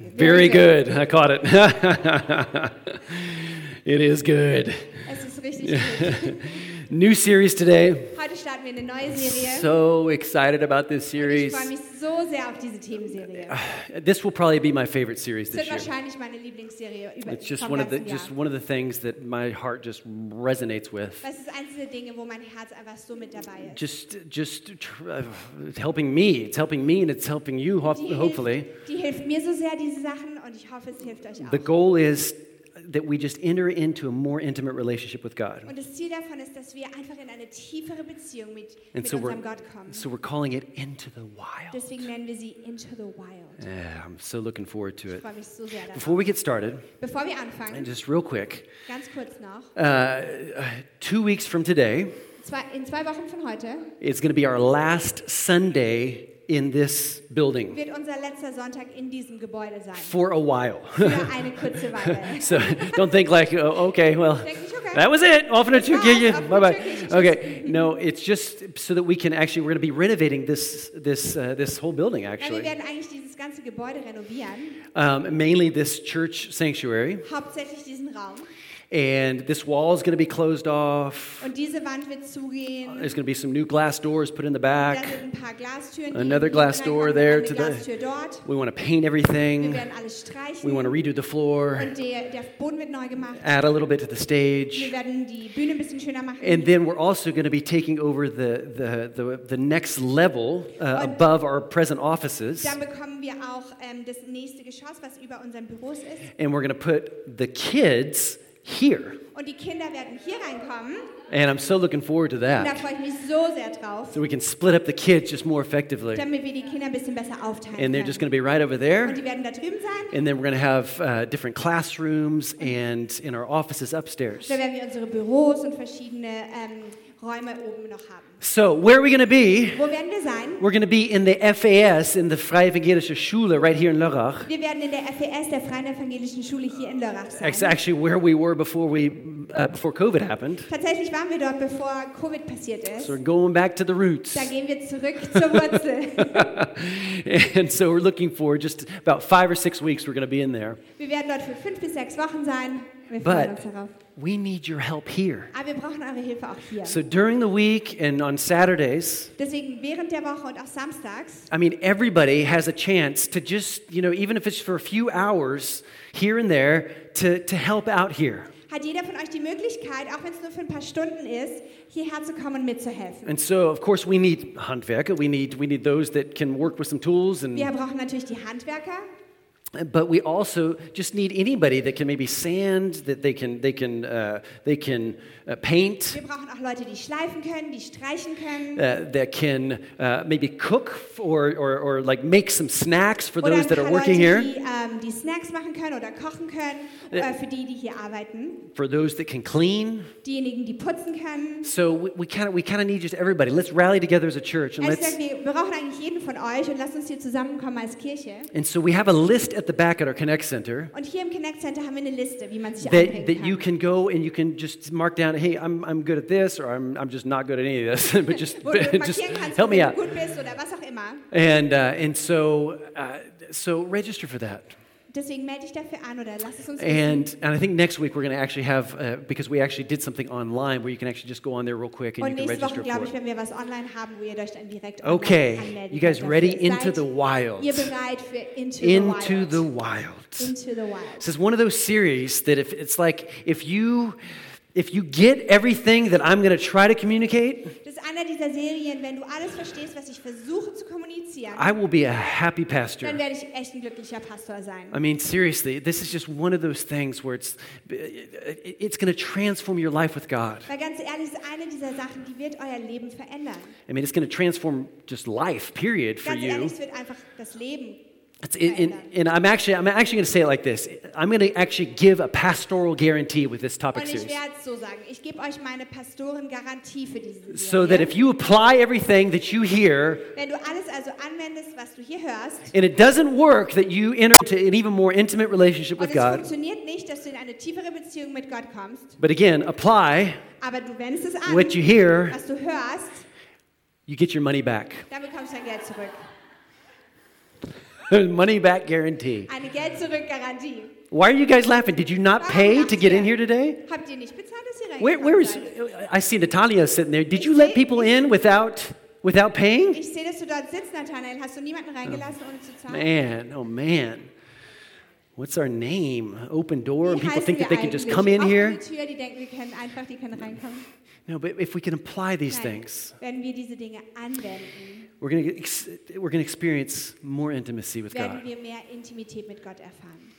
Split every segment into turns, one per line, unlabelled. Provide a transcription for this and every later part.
Very good. I caught it. it is good.
Es ist richtig gut.
New series today.
Heute starten wir eine neue Serie.
So excited about this
und ich
series.
freue mich so sehr auf diese Themenserie.
Ah, This will probably be my favorite series
Es wird
this year.
wahrscheinlich meine Lieblingsserie über
It's just
vom
one of the
ganzen Jahr.
just one of the things that my heart just resonates with.
Das ist eines der Dinge, wo mein Herz einfach so mit dabei ist.
Just just tr- uh, it's helping me. It's helping me and it's helping you ho-
Die
hopefully.
Hilft, die hilft mir so sehr, diese Sachen, und ich hoffe, es hilft euch auch.
The goal is that we just enter into a more intimate relationship with God.
Und das Ziel davon ist, dass wir einfach in eine tiefere Beziehung mit,
And
mit
so we're
unserem Gott kommen.
so we're calling it into the wild.
Deswegen nennen wir sie Into the Wild.
Yeah, I'm so looking forward to
Ich
it.
freue mich so sehr darauf.
Before we get started,
Bevor wir
and
anfangen,
just real quick,
ganz kurz noch.
uh, uh, two weeks from today,
Zwei, in zwei Wochen von heute
it's going to be our last Sunday in this building
wird unser letzter Sonntag in diesem Gebäude sein.
for a while.
Für eine kurze Weile.
so don't think like, oh, okay, well,
Denk nicht, okay.
that was it. Off in a
war's.
turkey.
Auf in
Bye
ein
bye.
Türkchen.
Okay, no, it's just so that we can actually, we're going to be renovating this this uh, this whole building
Nein, wir
actually,
werden eigentlich dieses ganze Gebäude renovieren,
um, mainly this church sanctuary,
hauptsächlich diesen Raum.
and this wall is going to be closed off.
Und diese Wand wird zugehen.
There's going to be some new glass doors put in the
Da
back.
sind ein paar Glastüren. die
Another
in die
glass
reinkommen,
door there
eine
to the-
Glastür dort.
We want to paint
Wir
everything.
werden alles
We
streichen.
want to redo the floor,
Und der, der Boden wird neu gemacht.
add a little bit to the
Wir
stage.
werden die Bühne ein bisschen schöner machen.
And then we're also going to be taking over the, the, the, the next level uh, above our present offices.
Dann bekommen wir auch ähm, das nächste Geschoss, was über unseren Büros ist.
And we're going to put the kids here.
Und die Kinder werden hier reinkommen. Und
And I'm so looking forward to
da
that.
freue ich mich so sehr drauf,
So we can split up the kids just more effectively.
damit wir die Kinder ein bisschen besser aufteilen
And they're
können.
just going to be right over
Und
there.
die werden da drüben sein.
And then we're going to have uh, different classrooms and in our offices upstairs.
Da werden wir unsere Büros und verschiedene ähm, Räume oben noch haben.
So, where are we going to be?
Wo werden wir sein?
We're going to be in the FAS, in the Freie Evangelische Schule, right here in Lörrach.
Wir werden in der FES, der Freien Evangelischen Schule hier in Lörrach sein.
That's actually where we were before, we, uh, before COVID happened.
Tatsächlich waren wir dort, bevor Covid passiert ist.
So, we're going back to the roots.
Da gehen wir zurück zur Wurzel.
and so, we're looking for just about five or six weeks, we're going to be in there.
Wir werden dort für fünf bis sechs Wochen sein. Wir freuen
But
uns darauf.
we need your help here.
Aber wir brauchen eure Hilfe auch hier.
So during the week and on Saturdays,
Deswegen während der Woche und auch samstags
I mean, everybody has a chance to just, you know, even if it's for a few hours here and there, to, to help out here.
hat jeder von euch die Möglichkeit, auch wenn es nur für ein paar Stunden ist, hierher zu kommen und mitzuhelfen.
And so, of course, we need handwerker. We need, we need those that can work with some tools.
Wir
And,
brauchen natürlich die Handwerker,
but we also just need anybody that can maybe sand, that they can, they can, uh, they can uh, paint,
wir brauchen auch Leute, die schleifen können, die streichen können
uh, that can uh, maybe cook or, or, or like make some snacks for
oder
those
ein
that are
paar Leute,
working here,
die, ähm, die Snacks machen können oder kochen können, äh, für die, die hier arbeiten,
for those that can clean.
diejenigen, die putzen können.
So we- we kind of we kind of need just everybody. Let's rally together as a church, and
Also ich sag,
let's.
wir brauchen eigentlich jeden von euch und lasst uns hier zusammenkommen als Kirche.
And so we have a list at the back at our Connect Center
Und hier im Connect Center haben wir eine Liste, wie man sich
that, that
einbringen
you can
kann.
go and you can just mark down. Hey, I'm, I'm good at this, or I'm, I'm just not good at any of this. but just
Wo du
just
markieren kannst,
help
wo
me
du
out.
gut bist oder was auch immer.
And uh, and so uh, so register for that.
Deswegen melde dich dafür an oder lass es uns wissen.
And and I think next week we're going to actually have uh, because we actually did something online where you can actually just go on there real quick and
Und
you can
nächste
register
Woche, glaube
for
ich,
it.
wenn wir was online haben, wo ihr euch dann direkt online
Okay,
anmelden
you guys
könnt
ready
dafür.
into
Seid
the wild?
Ihr bereit für Into,
Into
the
the
Wild?
wild.
into the Wild.
This is one of those series that if it's like if you if you get everything that I'm going to try to communicate,
Das ist einer dieser Serien, wenn du alles verstehst, was ich versuche zu kommunizieren,
I will be a happy
dann
pastor.
werde ich echt ein glücklicher Pastor sein.
I mean, seriously, this is just one of those things where it's it's going to transform your life with God.
Weil ganz ehrlich, ist eine dieser Sachen, die wird euer Leben verändern.
I mean, it's going to transform just life, period, for
Ganz ehrlich,
you.
es wird einfach das Leben.
It's, it, and, and I'm actually I'm actually going to say it like this. I'm going to actually give a pastoral guarantee with this topic
Und ich
series.
werde es so sagen. Ich gebe euch meine Pastorengarantie für diese Serie.
So that if you apply everything that you hear
Wenn du alles also anwendest, was du hier hörst,
and it doesn't work that you enter into an even more intimate relationship
und
with
es
God.
funktioniert nicht, dass du in eine tiefere Beziehung mit Gott kommst,
But again, apply
aber du wendest es an,
what you hear,
was du hörst,
you get your money back.
dann bekommst du dein Geld zurück.
Money back guarantee.
Eine Geld-Zurück-Garantie.
Why are you guys laughing? Did you not
Warum
pay
lacht
to get
ihr?
in here today?
Habt ihr nicht bezahlt, dass ihr
Where,
reingekommen
where is?
seid?
I see Natalia sitting there. Did you let people in without without paying?
Ich sehe, dass du dort sitzt, Nathanael. Hast du niemanden reingelassen, ohne zu zahlen?
Oh. Man, oh man. What's our name? Open door, and
Wie
people
heißen
think
wir
that they can just
eigentlich?
come in
Offene
here.
Tür, die denken, wir können einfach, die können reinkommen.
No, but if we can apply these
Nein,
things,
wenn wir diese Dinge anwenden,
we're gonna get ex- we're gonna experience more intimacy with
werden
God.
wir mehr Intimität mit Gott erfahren.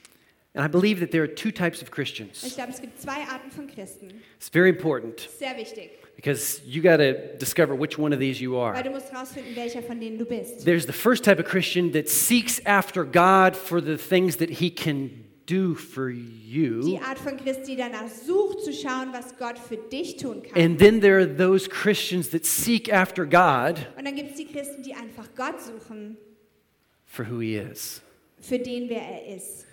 And I believe that there are two types of
Und ich
Christians.
glaube, es gibt zwei Arten von Christen.
It's very important
Sehr wichtig,
because you got to discover which one of these you
weil
are.
du musst rausfinden, welcher von denen du bist.
There's the first type of Christian that seeks after God for the things that He can do for
Die
you.
Art von Christ, die danach sucht, zu schauen, was Gott für dich tun kann.
And then there are those Christians that seek after God
Und dann gibt es die Christen, die einfach Gott suchen,
for who He is.
für den, wer er ist.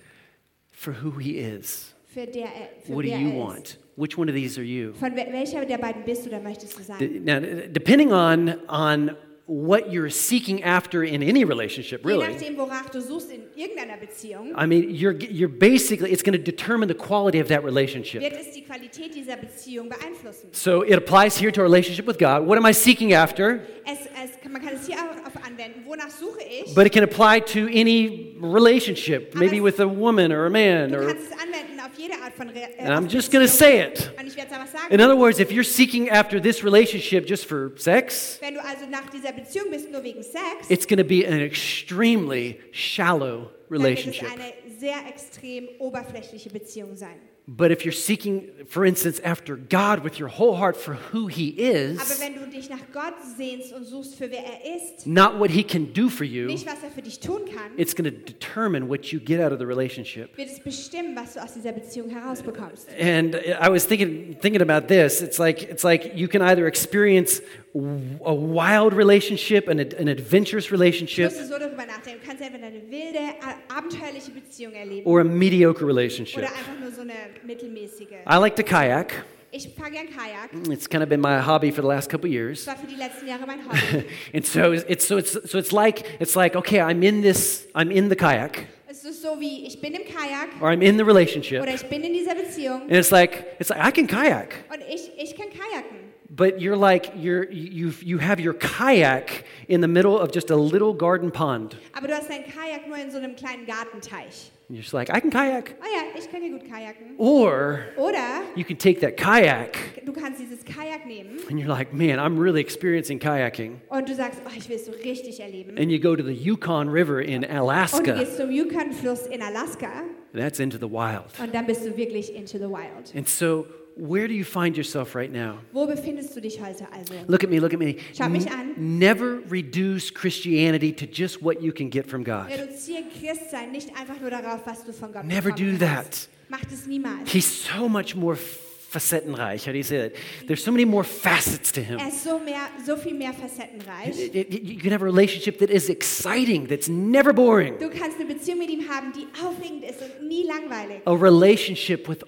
For who He is.
Für der er, für
What do
wer
you
er Ist.
want? Which one of these are you?
Von wel- welcher der beiden bist du, da möchtest du sein?
D- Now, d- depending on, on what you're seeking after in any relationship,
Je
Äh, really, Ah,
nachdem, wonach du suchst in irgendeiner Beziehung,
I mean, you're, you're basically, it's going to determine the quality of that relationship.
wird es die Qualität dieser Beziehung beeinflussen.
So it applies here to our relationship with God. What am I seeking after?
Es, es, kann- man kann es hier auch auf anwenden. Wonach suche ich?
But it can apply to any relationship, maybe with a woman or a man.
Du
Or,
kannst es anwenden auf jede Art von Re äh,
and I'm
auf
just going to say it.
Beziehung. Und ich werde es einfach
In
sagen.
other words, if you're seeking after this relationship just for sex,
Wenn du also nach dieser Beziehung bist, nur wegen Sex,
it's going to be an extremely shallow
dann wird es
relationship.
eine sehr extrem oberflächliche Beziehung sein.
But if you're seeking, for instance, after God with your whole heart for who He
Aber
is,
wenn du dich nach Gott sehnst und suchst, für wer er ist,
not what He can do for you,
nicht was er für dich tun kann,
it's going to determine what you get out of the relationship.
wird es bestimmen, was du aus dieser Beziehung herausbekommst.
And I was thinking, thinking about this. It's like, it's like you can either experience w- a wild relationship, an, ad- an adventurous
Du
relationship,
musst so darüber nachdenken. Du kannst entweder eine wilde, a- abenteuerliche Beziehung erleben
or a mediocre relationship.
oder einfach nur so eine mittelmäßige.
I like to kayak.
Ich fahre gern Kajak.
It's kind of been my hobby for the last couple
Das
years.
war für die letzten Jahre mein Hobby.
And so it's, so it's, so it's like, it's like, okay, I'm in this, I'm in the kayak,
es ist so wie, ich bin im Kajak
or I'm in the relationship.
oder
And
ich bin in dieser Beziehung
it's like, it's like, I can kayak.
und ich, ich kann kajaken.
But you're like, you're, you, you have your kayak in the middle of just a little garden pond.
Aber du hast dein Kajak nur in so einem kleinen Gartenteich.
And you're just like, I can kayak.
Oh ja, ich kann hier gut kajaken.
Or
Oder
you can take that kayak
du kannst dieses Kajak nehmen
and you're like, man, I'm really experiencing kayaking.
und du sagst, oh, ich will es so richtig erleben.
And you go to the Yukon River in
Und du
Alaska.
gehst zum Yukon-Fluss in Alaska
That's into the wild.
und dann bist du wirklich into the wild.
And so, where do you find yourself right now?
Wo befindest du dich heute also?
Look at me, look at me.
Schau mich an.
Never reduce Christianity to just what you can get from God.
Reduziere Christsein nicht einfach nur darauf, was du von Gott
Never
bekommen
do
hast. Macht es niemals.
He's so much more facettenreich. How do you say that? There's so many more facets to him.
Er ist so, mehr, so viel mehr facettenreich.
It- it- You can have a relationship that is exciting, that's never boring.
Du kannst eine Beziehung mit ihm haben, die aufregend ist und nie langweilig.
a relationship with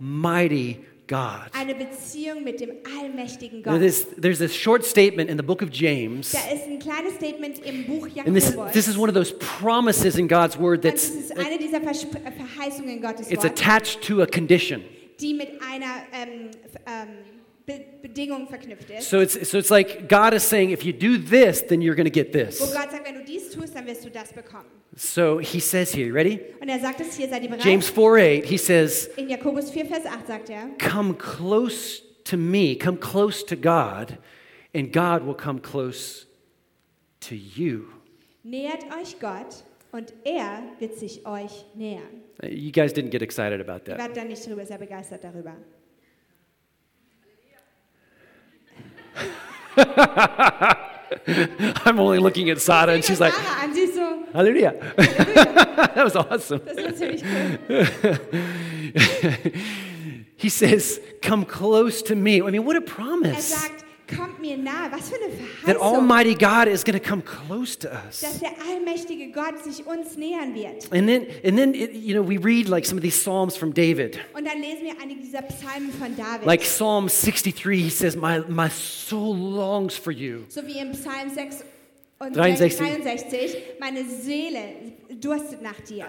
Almighty God.
Eine Beziehung mit dem allmächtigen
Now,
Gott.
this, there's this short statement in the book of James,
Da ist ein kleines Statement im Buch
and this,
Jakobus.
this is one of those promises in God's word
und das
that's
ist eine dieser Versp äh, Verheißungen Gottes
it's
Wort,
attached to a condition.
die mit einer ähm, f- ähm, Be Bedingung verknüpft ist.
So it's, so it's like God is saying, if you do this, then you're going to get
Wo
this.
Gott sagt, wenn du dies tust, dann wirst du das bekommen.
So he says here, ready?
Und er sagt es hier, seid ihr bereit?
James 4 8, he says,
In Jakobus 4, Vers 8 sagt er,
Come close to me, come close to God, and God will come close to you.
nähert euch Gott und er wird sich euch nähern.
Uh, You guys didn't get excited about
Ich
that.
werde da nicht drüber, sehr begeistert darüber.
I'm only looking at Sada, and she's like,
Sarah an, sie ist so,
Hallelujah. that was awesome.
das ist ziemlich cool.
He says, Come close to me. I mean, what a
Er
promise
sagt, kommt mir nahe. Was für eine
that
Verheißung,
Almighty God is going to come close to
dass
us.
der allmächtige Gott sich uns nähern wird.
And then, and then it, you know, we read like some of these Psalms from David.
Und dann lesen wir einige dieser Psalmen von David.
Like Psalm 63, he says, My, my soul longs for you.
so wie im Psalm 6, Und
63.
63, meine Seele durstet nach dir.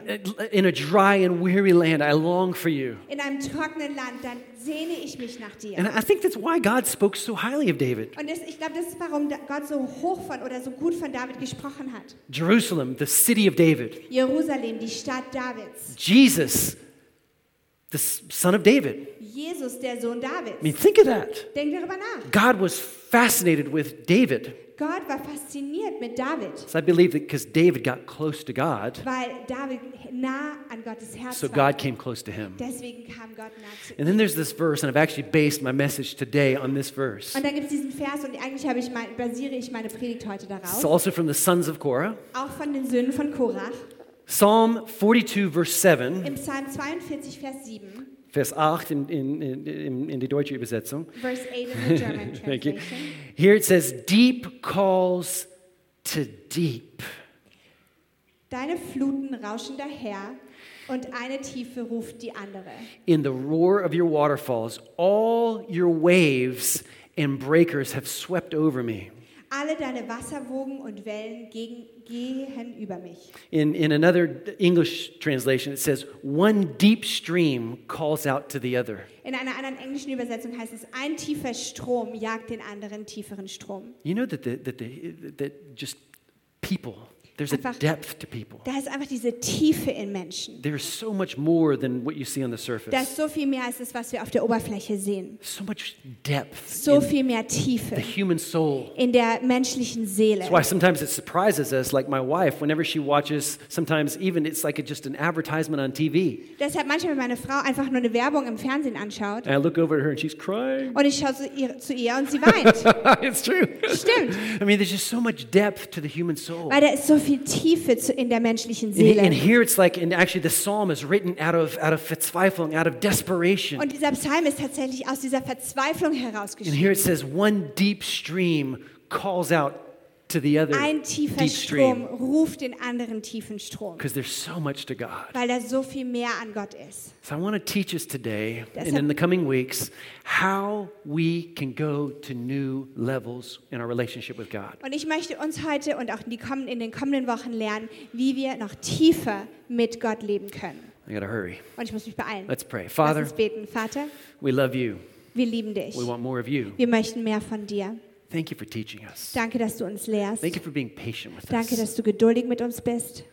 In a dry and weary land, I long for you.
In einem trockenen Land, dann sehne ich mich nach dir.
And I think that's why God spoke so highly of David.
Und das, ich glaube, das ist, warum da- Gott so hoch von oder so gut von David gesprochen hat.
Jerusalem, the city of David.
Jerusalem, die Stadt Davids.
Jesus, the s- son of David.
Jesus, der
I
Sohn
mean,
Davids.
think of that.
Denk darüber nach.
God was fascinated with David.
Gott war fasziniert mit David,
So I believe that because David got close to God,
weil David nah an Gottes Herz
so
war.
God came close to him.
Deswegen kam Gott nah zu ihm.
And then there's this verse, and I've actually based my message today on this verse.
Und dann gibt es diesen Vers und eigentlich habe ich mein, basiere ich meine Predigt heute
It's
darauf.
also from the sons of Korah.
Auch von den Söhnen von Korach.
Psalm 42, Vers 7,
Im Psalm 42, Vers 7,
Vers 8 in, in, in, in die deutsche Übersetzung.
Verse 8 in the German
Thank you.
Translation.
Here it says, Deep calls to deep.
Deine Fluten rauschen daher und eine Tiefe ruft die andere.
In the roar of your waterfalls, all your waves and breakers have swept over me.
Alle deine Wasserwogen und Wellen gegen, gehen über mich.
In, in another English translation, it says, One deep stream calls out to the other.
In einer anderen englischen Übersetzung heißt es, ein tiefer Strom jagt den anderen tieferen Strom.
You know that, the, that, the, that just people, there's a
Einfach-
depth to people.
Da ist einfach diese Tiefe in Menschen.
There's so much more than what you see on the
Da
surface.
ist so viel mehr als das, was wir auf der Oberfläche sehen.
So much depth
So
in
viel mehr
the
Tiefe
human soul.
in der menschlichen Seele.
That's why sometimes it surprises us, like my wife, whenever she watches, sometimes even it's like a, just an advertisement on TV.
Deshalb manchmal, wenn meine Frau einfach nur eine Werbung im Fernsehen anschaut
And I look over at her and she's crying.
und ich schaue zu ihr, zu ihr und sie weint.
it's true.
Stimmt.
I mean, there's just so much depth to the human soul.
Weil da ist so viel Tiefe zu, in der menschlichen
And, he- and
Seele.
here it's like, and actually the psalm is written out of, out of Verzweiflung, out of desperation.
Und dieser Psalm ist tatsächlich aus dieser Verzweiflung
And
herausgeschrieben.
here it says, one deep stream calls out to the other
Ein tiefer
deep
Strom
stream.
ruft den anderen tiefen Strom,
Because there's so much to God.
weil da so viel mehr an Gott ist.
So I want to teach us today
That's
and
a-
in the coming weeks how we can go to new levels in our relationship with God.
Und ich möchte uns heute und auch in, die kommen, in den kommenden Wochen lernen, wie wir noch tiefer mit Gott leben können.
I got to hurry.
Und ich muss mich beeilen.
Let's pray.
Lass
Father,
uns beten. Vater,
we love you.
wir lieben dich.
We want more of you.
Wir möchten mehr von dir.
Thank you for teaching us.
Danke, dass du uns lehrst.
Thank you for being patient with
Danke,
us.
dass du geduldig mit uns bist.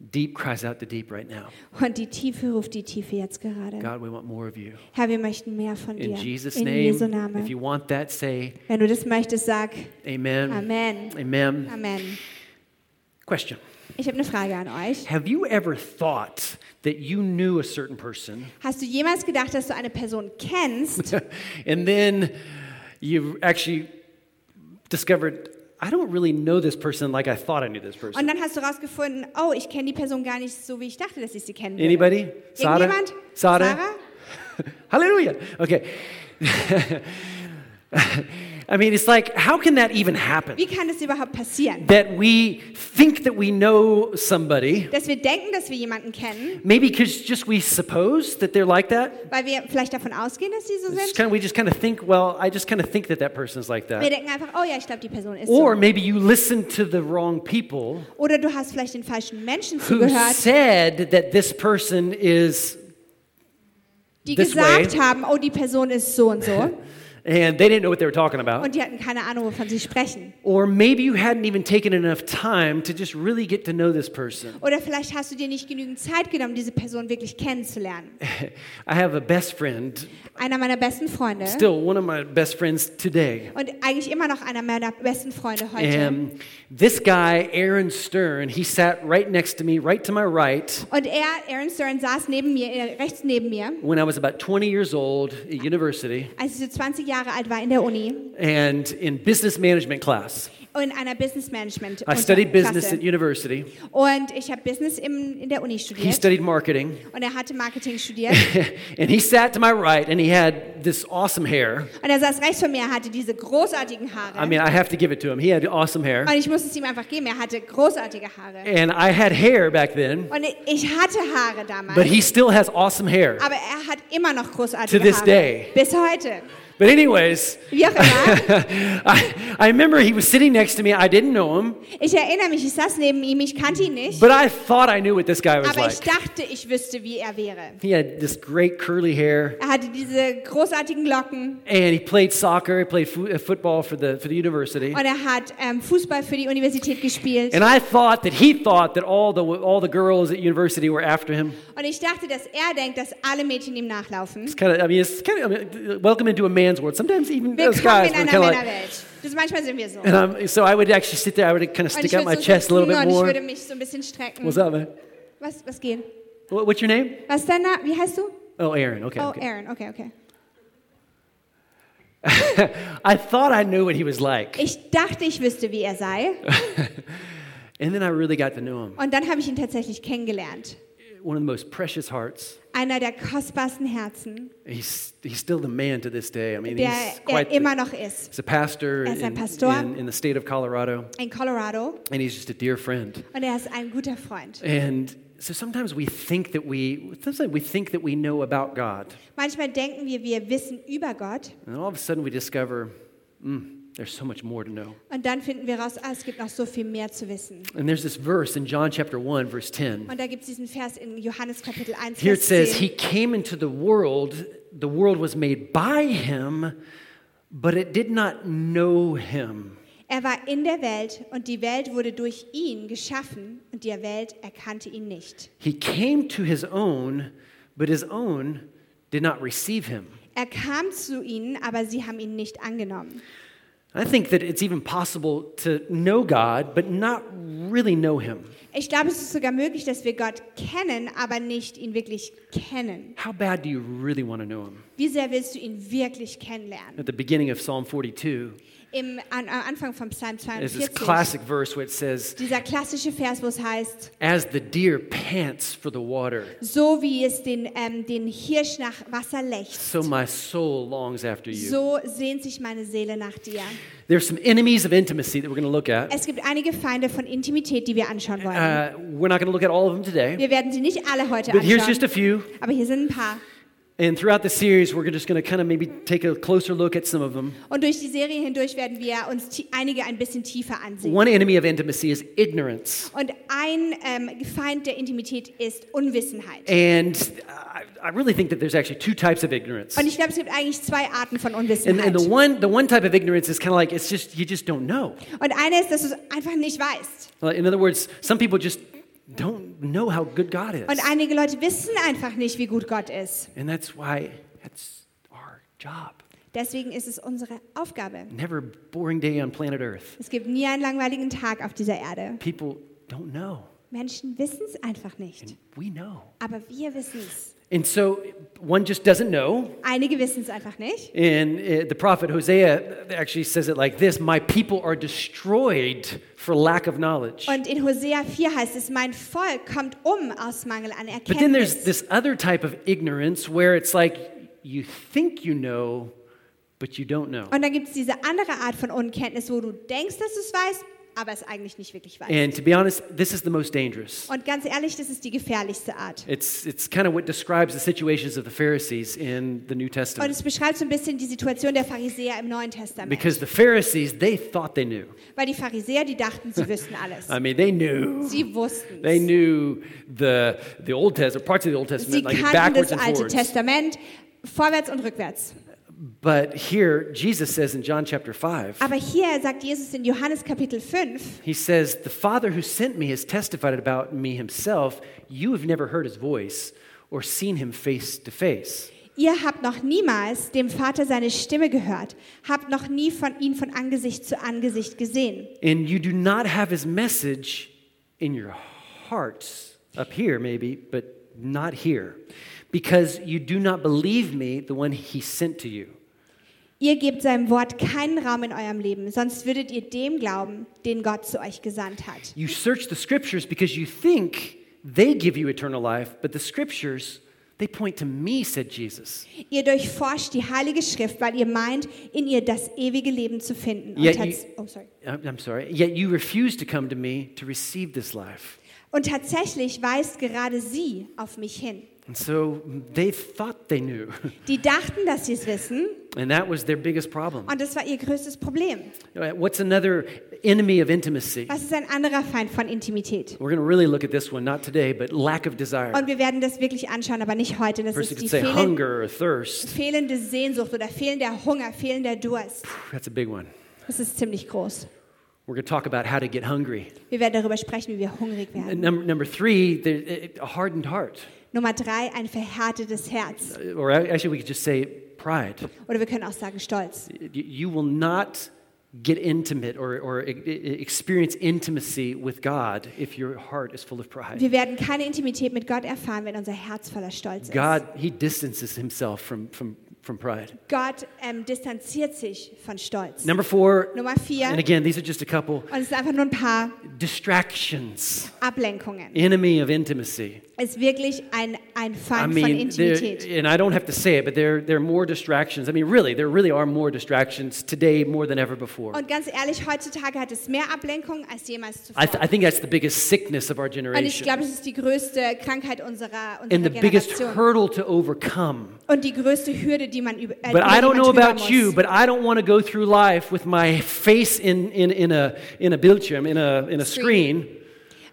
Deep cries out to deep right now.
Und die Tiefe ruft die Tiefe jetzt gerade.
God, we want more of you.
Herr, wir möchten mehr von dir.
In Jesus'
In
name,
Jesu Name.
if you want that, say
Wenn du das möchtest, sag
amen.
Amen.
Amen.
Amen.
Question
Ich habe eine Frage an euch.
Have you ever thought that you knew a certain person
Hast du jemals gedacht, dass du eine Person kennst
and then you actually discovered I don't really know this person like I thought I knew this person.
und dann hast du herausgefunden, oh, ich kenne die Person gar nicht so, wie ich dachte, dass ich sie kennen würde?
Anybody? Sarah?
Irgendjemand?
Sarah?
Sarah?
Hallelujah. Okay. I mean, it's like, how can that even happen?
Wie kann das überhaupt passieren?
That we think that we know somebody,
Dass wir denken, dass wir jemanden kennen,
maybe because just we suppose that they're like that.
weil wir vielleicht davon ausgehen, dass sie so
It's just
sind.
kinda, we just kind of think, well, I just kind of think that that person's like
Wir
that.
denken einfach, oh ja, ich glaube, die Person ist
Or
so.
maybe you listen to the wrong people
Oder du hast vielleicht den falschen Menschen
who
zugehört,
said that this person is,
die
this
gesagt
way.
haben, oh, die Person ist so und so.
and they didn't know what they were talking about.
Und die hatten keine Ahnung, wovon sie sprechen.
Or maybe you hadn't even taken enough time to just really get to know this person.
Oder vielleicht hast du dir nicht genügend Zeit genommen, diese Person wirklich kennenzulernen.
I have a best friend,
Einer meiner besten Freunde
still one of my best friends today.
und eigentlich immer noch einer meiner besten Freunde heute.
And this guy, Aaron Stern, he sat right next to me, right to my right,
und er, Aaron Stern, saß neben mir, äh, rechts neben mir,
when I was about 20 years old at university
als ich so 20 Jahre alt war in der Uni
and in business management class.
und in einer Business Management
I studied business
Klasse.
at university.
Und ich habe Business im, in der Uni
He
studiert
studied marketing.
und er hatte Marketing studiert
and he sat to my right and he had this awesome hair.
und er saß rechts von mir, er hatte diese großartigen Haare.
I mean, I have to give it to him. He had awesome hair.
und ich musste es ihm einfach geben, er hatte großartige Haare.
And I had hair back then,
Und ich hatte Haare damals.
but he still has awesome hair.
Aber er hat immer noch großartige
To this
Haare.
day.
Bis heute.
But, anyways,
Wie auch immer.
I, I remember he was sitting next to me. I didn't know him,
Ich erinnere mich, ich saß neben ihm, ich kannte ihn nicht,
but I thought I knew what this guy was
aber ich
like.
dachte, ich wüsste, wie er wäre.
He had this great curly hair,
Er hatte diese großartigen Locken
and he played soccer. He played fu- uh, football for the, for the university.
und er hat ähm, Fußball für die Universität gespielt.
And I thought that he thought that all the, all the girls at university were after him.
Und ich dachte, dass er denkt, dass alle Mädchen ihm nachlaufen.
It's kind of, I mean, it's kind of, I mean, welcome into a man's world. Sometimes even those guys
Willkommen in
were
einer
kind of like,
Männerwelt. Das, manchmal sind wir so.
and I'm, so I would actually sit there, I would kind of
Und ich
stick out my
würde, so
chest a
sitzen
little
und
bit
ich
more.
würde mich so ein bisschen strecken.
What's up, man?
Was, was gehen?
What, what's your name?
Was ist dein Name? Wie heißt du?
Oh, Aaron. Okay.
Oh,
okay.
Aaron. Okay, okay.
I thought I knew what he was like.
Ich dachte, ich wüsste, wie er sei.
And then I really got to know him.
Und dann habe ich ihn tatsächlich kennengelernt.
One of the most precious hearts.
Einer der kostbarsten Herzen,
He's, he's still the man to this day. I mean,
der
he's quite.
er immer
The,
noch ist.
he's a pastor,
Er ist ein
in,
Pastor.
In, in the state of Colorado,
In Colorado.
and he's just a dear friend.
Und er ist ein guter Freund.
And so sometimes we think that we sometimes we think that we know about God,
Manchmal denken wir, wir wissen über Gott.
and all of a sudden we discover, mm, there's so much more to know.
Und dann finden wir raus, ah, es gibt noch so viel mehr zu wissen.
And there's this verse in John chapter one, verse ten.
Und da gibt es diesen Vers in Johannes Kapitel 1,
Here it
Vers
says,
10.
He came into the world, the world was made by Him, but it did not know Him.
Er war in der Welt und die Welt wurde durch ihn geschaffen und die Welt erkannte ihn nicht.
He came to His own, but His own did not receive Him.
Er kam zu ihnen, aber sie haben ihn nicht angenommen.
I think that it's even possible to know God, but not really know Him.
Ich glaube, es ist sogar möglich, dass wir Gott kennen, aber nicht ihn wirklich kennen.
How bad do you really want to know Him?
Wie sehr willst du ihn wirklich kennenlernen?
At the beginning of Psalm 42,
Im, an, am Anfang vom Psalm
there's this
42,
classic verse where it says,
dieser klassische Vers, wo es heißt,
As the deer pants for the water,
so wie es den, ähm, den Hirsch nach Wasser lechzt,
so my soul longs after you.
so sehnt sich meine Seele nach dir.
There's some enemies of intimacy that we're going to look at.
Es gibt einige Feinde von Intimität, die wir anschauen wollen.
Uh, we're not going to look at all of them today,
Wir werden sie nicht alle heute
but here's just a
anschauen,
few.
aber hier sind ein paar.
And throughout the series, we're just going to kind of maybe take a closer look at some of them.
Und durch die Serie hindurch werden wir uns ti- einige ein bisschen tiefer ansehen.
One enemy of intimacy is ignorance.
Und ein ähm, Feind der Intimität ist Unwissenheit.
And uh, I, I really think that there's actually two types of ignorance.
Und ich glaube, es gibt eigentlich zwei Arten von
And,
Unwissenheit.
and the,
Und
one, the one type of ignorance is kind of like, it's just, you just don't know.
eine ist, dass du es einfach nicht weißt.
Like, In other words, some people just don't know how good God is.
Und einige Leute wissen einfach nicht, wie gut Gott ist.
And that's why that's our job.
Deswegen ist es unsere Aufgabe.
Never a boring day on planet Earth.
Es gibt nie einen langweiligen Tag auf dieser Erde.
People don't know.
Menschen wissen es einfach nicht.
We know.
Aber wir wissen es.
And so one just doesn't know.
Einige wissen es einfach nicht.
And uh, the prophet Hosea actually says it like this My people are destroyed for lack of knowledge.
Und in Hosea 4 heißt es, mein Volk kommt um aus Mangel an
But then there's
Erkenntnis.
this other type of ignorance where it's like you think you know, but you don't know.
Und dann gibt es diese andere Art von Unkenntnis, wo du denkst, dass du es weißt, aber es eigentlich nicht wirklich weißt.
And to be honest, this is the most dangerous.
Und ganz ehrlich, das ist die gefährlichste Art.
It's, it's kind of what describes the situations of the Pharisees in the New
Und
Testament.
es beschreibt so ein bisschen die Situation der Pharisäer im Neuen Testament.
Because the Pharisees, they thought they knew.
Weil die Pharisäer, die dachten, sie wüssten alles.
I mean, they knew.
Sie wussten
Um, They
es.
knew the, the Old Testament, parts of the Old
Sie
Testament, like
kannten
backwards
das
and
Alte
forwards.
Testament vorwärts und rückwärts.
But here, Jesus says in John chapter 5,
Aber hier sagt Jesus in Johannes Kapitel 5,
he says, The Father who sent me has testified about me himself. You have never heard his voice or seen him face to face.
Ihr habt noch niemals dem Vater seine Stimme gehört, habt noch nie von ihn von Angesicht zu Angesicht gesehen.
And you do not have his message in your hearts, up here maybe, but not here, because you do not believe me, the one he sent to you.
Ihr gebt seinem Wort keinen Raum in eurem Leben, sonst würdet ihr dem glauben, den Gott zu euch gesandt hat.
You search the scriptures because you think they give you eternal life, but the scriptures, they point to me, said Jesus.
Ihr durchforscht die Heilige Schrift, weil ihr meint, in ihr das ewige Leben zu finden. Und,
Ja,
tats-
ihr-
oh, sorry.
I'm I'm sorry. Yet you refuse to come to me to receive this life.
Und tatsächlich weist gerade sie auf mich hin.
And so they thought they knew,
Die dachten, dass sie es wissen,
And that was their biggest problem.
Und das war ihr größtes Problem.
What's another enemy of intimacy?
Was ist ein anderer Feind von Intimität?
We're going to really look at this one, not today, but lack of desire.
Und wir werden das wirklich anschauen, aber nicht heute. Das
First, you
ist die
could say
fehlen,
hunger or thirst.
fehlende Sehnsucht oder fehlender Hunger, fehlender Durst.
That's a big one.
Das ist ziemlich groß.
We're going to talk about how to get hungry.
Wir werden darüber sprechen, wie wir hungrig
And
werden.
number, number three, the, a hardened heart.
Nummer drei, ein verhärtetes Herz.
Or actually, we could just say pride.
Oder wir können auch sagen Stolz.
You- You will not get intimate or, or e- e- experience intimacy with God if your heart is full of pride.
Wir werden keine Intimität mit Gott erfahren, wenn unser Herz voller Stolz ist.
God, He distances Himself from, from, from pride.
Gott ähm, distanziert sich von Stolz.
Number four,
Nummer vier,
and
und
again, these are just a couple
es sind einfach nur ein paar
distractions,
Ablenkungen,
enemy of intimacy.
ist wirklich ein, ein
I
Feind von
mean, there-
Intimität.
and I don't have to say it, but there, there are more distractions. I mean, really, there really are more distractions today more than ever before.
Und ganz ehrlich, heutzutage hat es mehr Ablenkungen als jemals zuvor.
I, th- I think that's the biggest sickness of our
Und ich
generation
glaube, das ist die größte Krankheit unserer,
and
unserer
the biggest
Generation.
hurdle to overcome.
Und die größte Hürde, die man über, äh,
But
über
I
die
don't
man
know
drüber
about
muss.
you, but I don't want to go through life with my face in, in, in a in a Bildschirm, in a in a
Screen.
screen,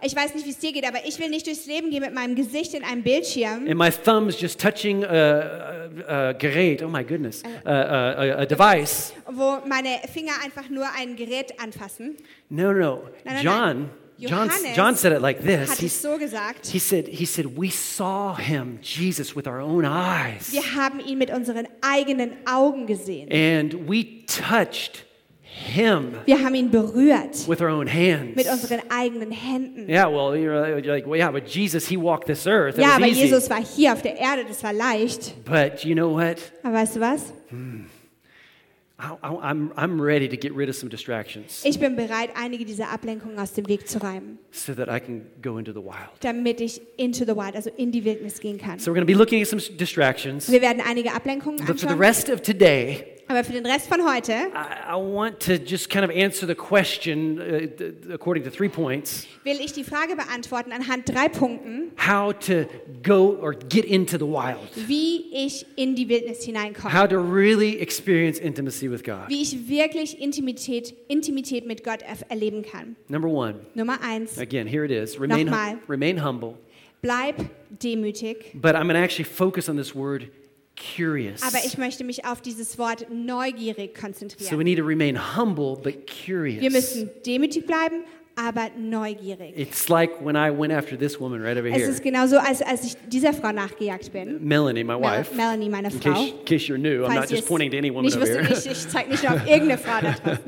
Ich weiß nicht, wie es dir geht, aber ich will nicht durchs Leben gehen mit meinem Gesicht in einem Bildschirm.
and my thumbs just touching a, a, a gerät. Oh my goodness,
Uh,
a, a, a- a device.
wo meine Finger einfach nur ein Gerät anfassen.
No, no,
No,
no.
no, no.
John, John,
Johannes
John said it like this.
Hat
He,
es so gesagt.
he said, he said, we saw him, Jesus, with our own eyes,
Wir haben ihn mit unseren eigenen Augen gesehen.
and we touched him
Wir haben ihn berührt
with our own hands.
mit unseren eigenen Händen.
Yeah, well, you're you're like, well, yeah, but Jesus, he walked this earth. It
Ja,
was
aber
easy.
Jesus war hier auf der Erde, das war leicht.
But you know what?
Aber weißt du was?
I, I, I'm, I'm ready to get rid of some distractions
Ich bin bereit, einige dieser Ablenkungen aus dem Weg zu räumen,
so that I can go into the wild.
damit ich into the wild, also in die Wildnis gehen kann.
So we're going to be looking at some s- distractions.
Wir werden einige Ablenkungen
But for the
anschauen,
rest of today,
aber für den Rest von heute
I, I want to just kind of answer the question uh, th- according to three points
will ich die Frage beantworten anhand drei Punkten,
how to go or get into the wild,
wie ich in die Wildnis hineinkomme,
how to really experience intimacy with God.
wie ich wirklich Intimität, Intimität mit Gott erf- erleben kann.
Number one,
Nummer eins,
again, here it is remain, hum-
Nochmal.
remain humble.
bleib demütig.
But I'm going to actually focus on this word curious.
Aber ich möchte mich auf dieses Wort neugierig
So
konzentrieren.
we need to remain humble but
Wir
curious.
müssen demütig bleiben, aber neugierig.
It's like when I went after this woman right over
Es
here,
ist genauso, als, als ich dieser Frau nachgejagt bin.
Melanie, my
Mel
wife.
Melanie, meine
In
Frau.
case, in case you're new, I'm
Falls
not
ihr
just
es
pointing to any woman
nicht
over
wusstet,
here.
ich, ich zeige nicht nur auf irgendeine Frau da drauf.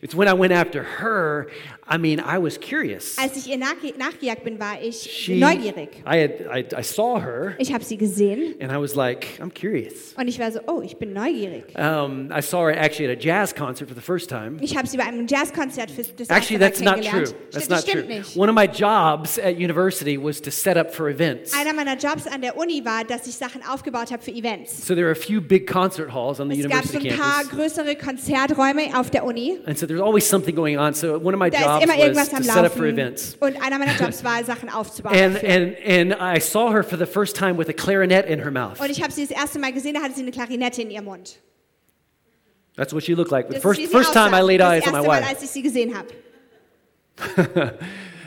it's when I went after her. I mean, I was curious.
Als ich ihr nachge nachgejagt bin, war ich
She,
neugierig.
I had, I, I saw her,
Ich habe sie gesehen
and I was like, I'm curious.
und ich war so, oh, ich bin neugierig.
Um, I saw her actually at a jazz concert for the first time.
Ich habe sie bei einem Jazzkonzert für das erste
Actually,
Mal
that's not true.
kennengelernt.
That's
Stimmt-
not
stimmt
true.
nicht.
One of my jobs at university was to set up for events.
Einer meiner Jobs an der Uni war, dass ich Sachen aufgebaut habe für Events.
So there are a few big concert halls on the
Es gab so
university
ein paar
campus.
größere Konzerträume auf der Uni.
And so there's always something going on. So one of my
Da ist
jobs
immer
was
irgendwas am
to set up for events.
Laufen. Und einer meiner Jobs war, Sachen aufzubauen.
And, and, and I saw her for the first time with a clarinet in her mouth.
und ich habe sie das erste Mal gesehen, da hatte sie eine Klarinette in ihrem Mund.
That's what she looked like. The
Das
first,
ist, wie sie
first time I
aussah.
laid
das
eyes on my
erste Mal,
wife.
als ich sie gesehen habe.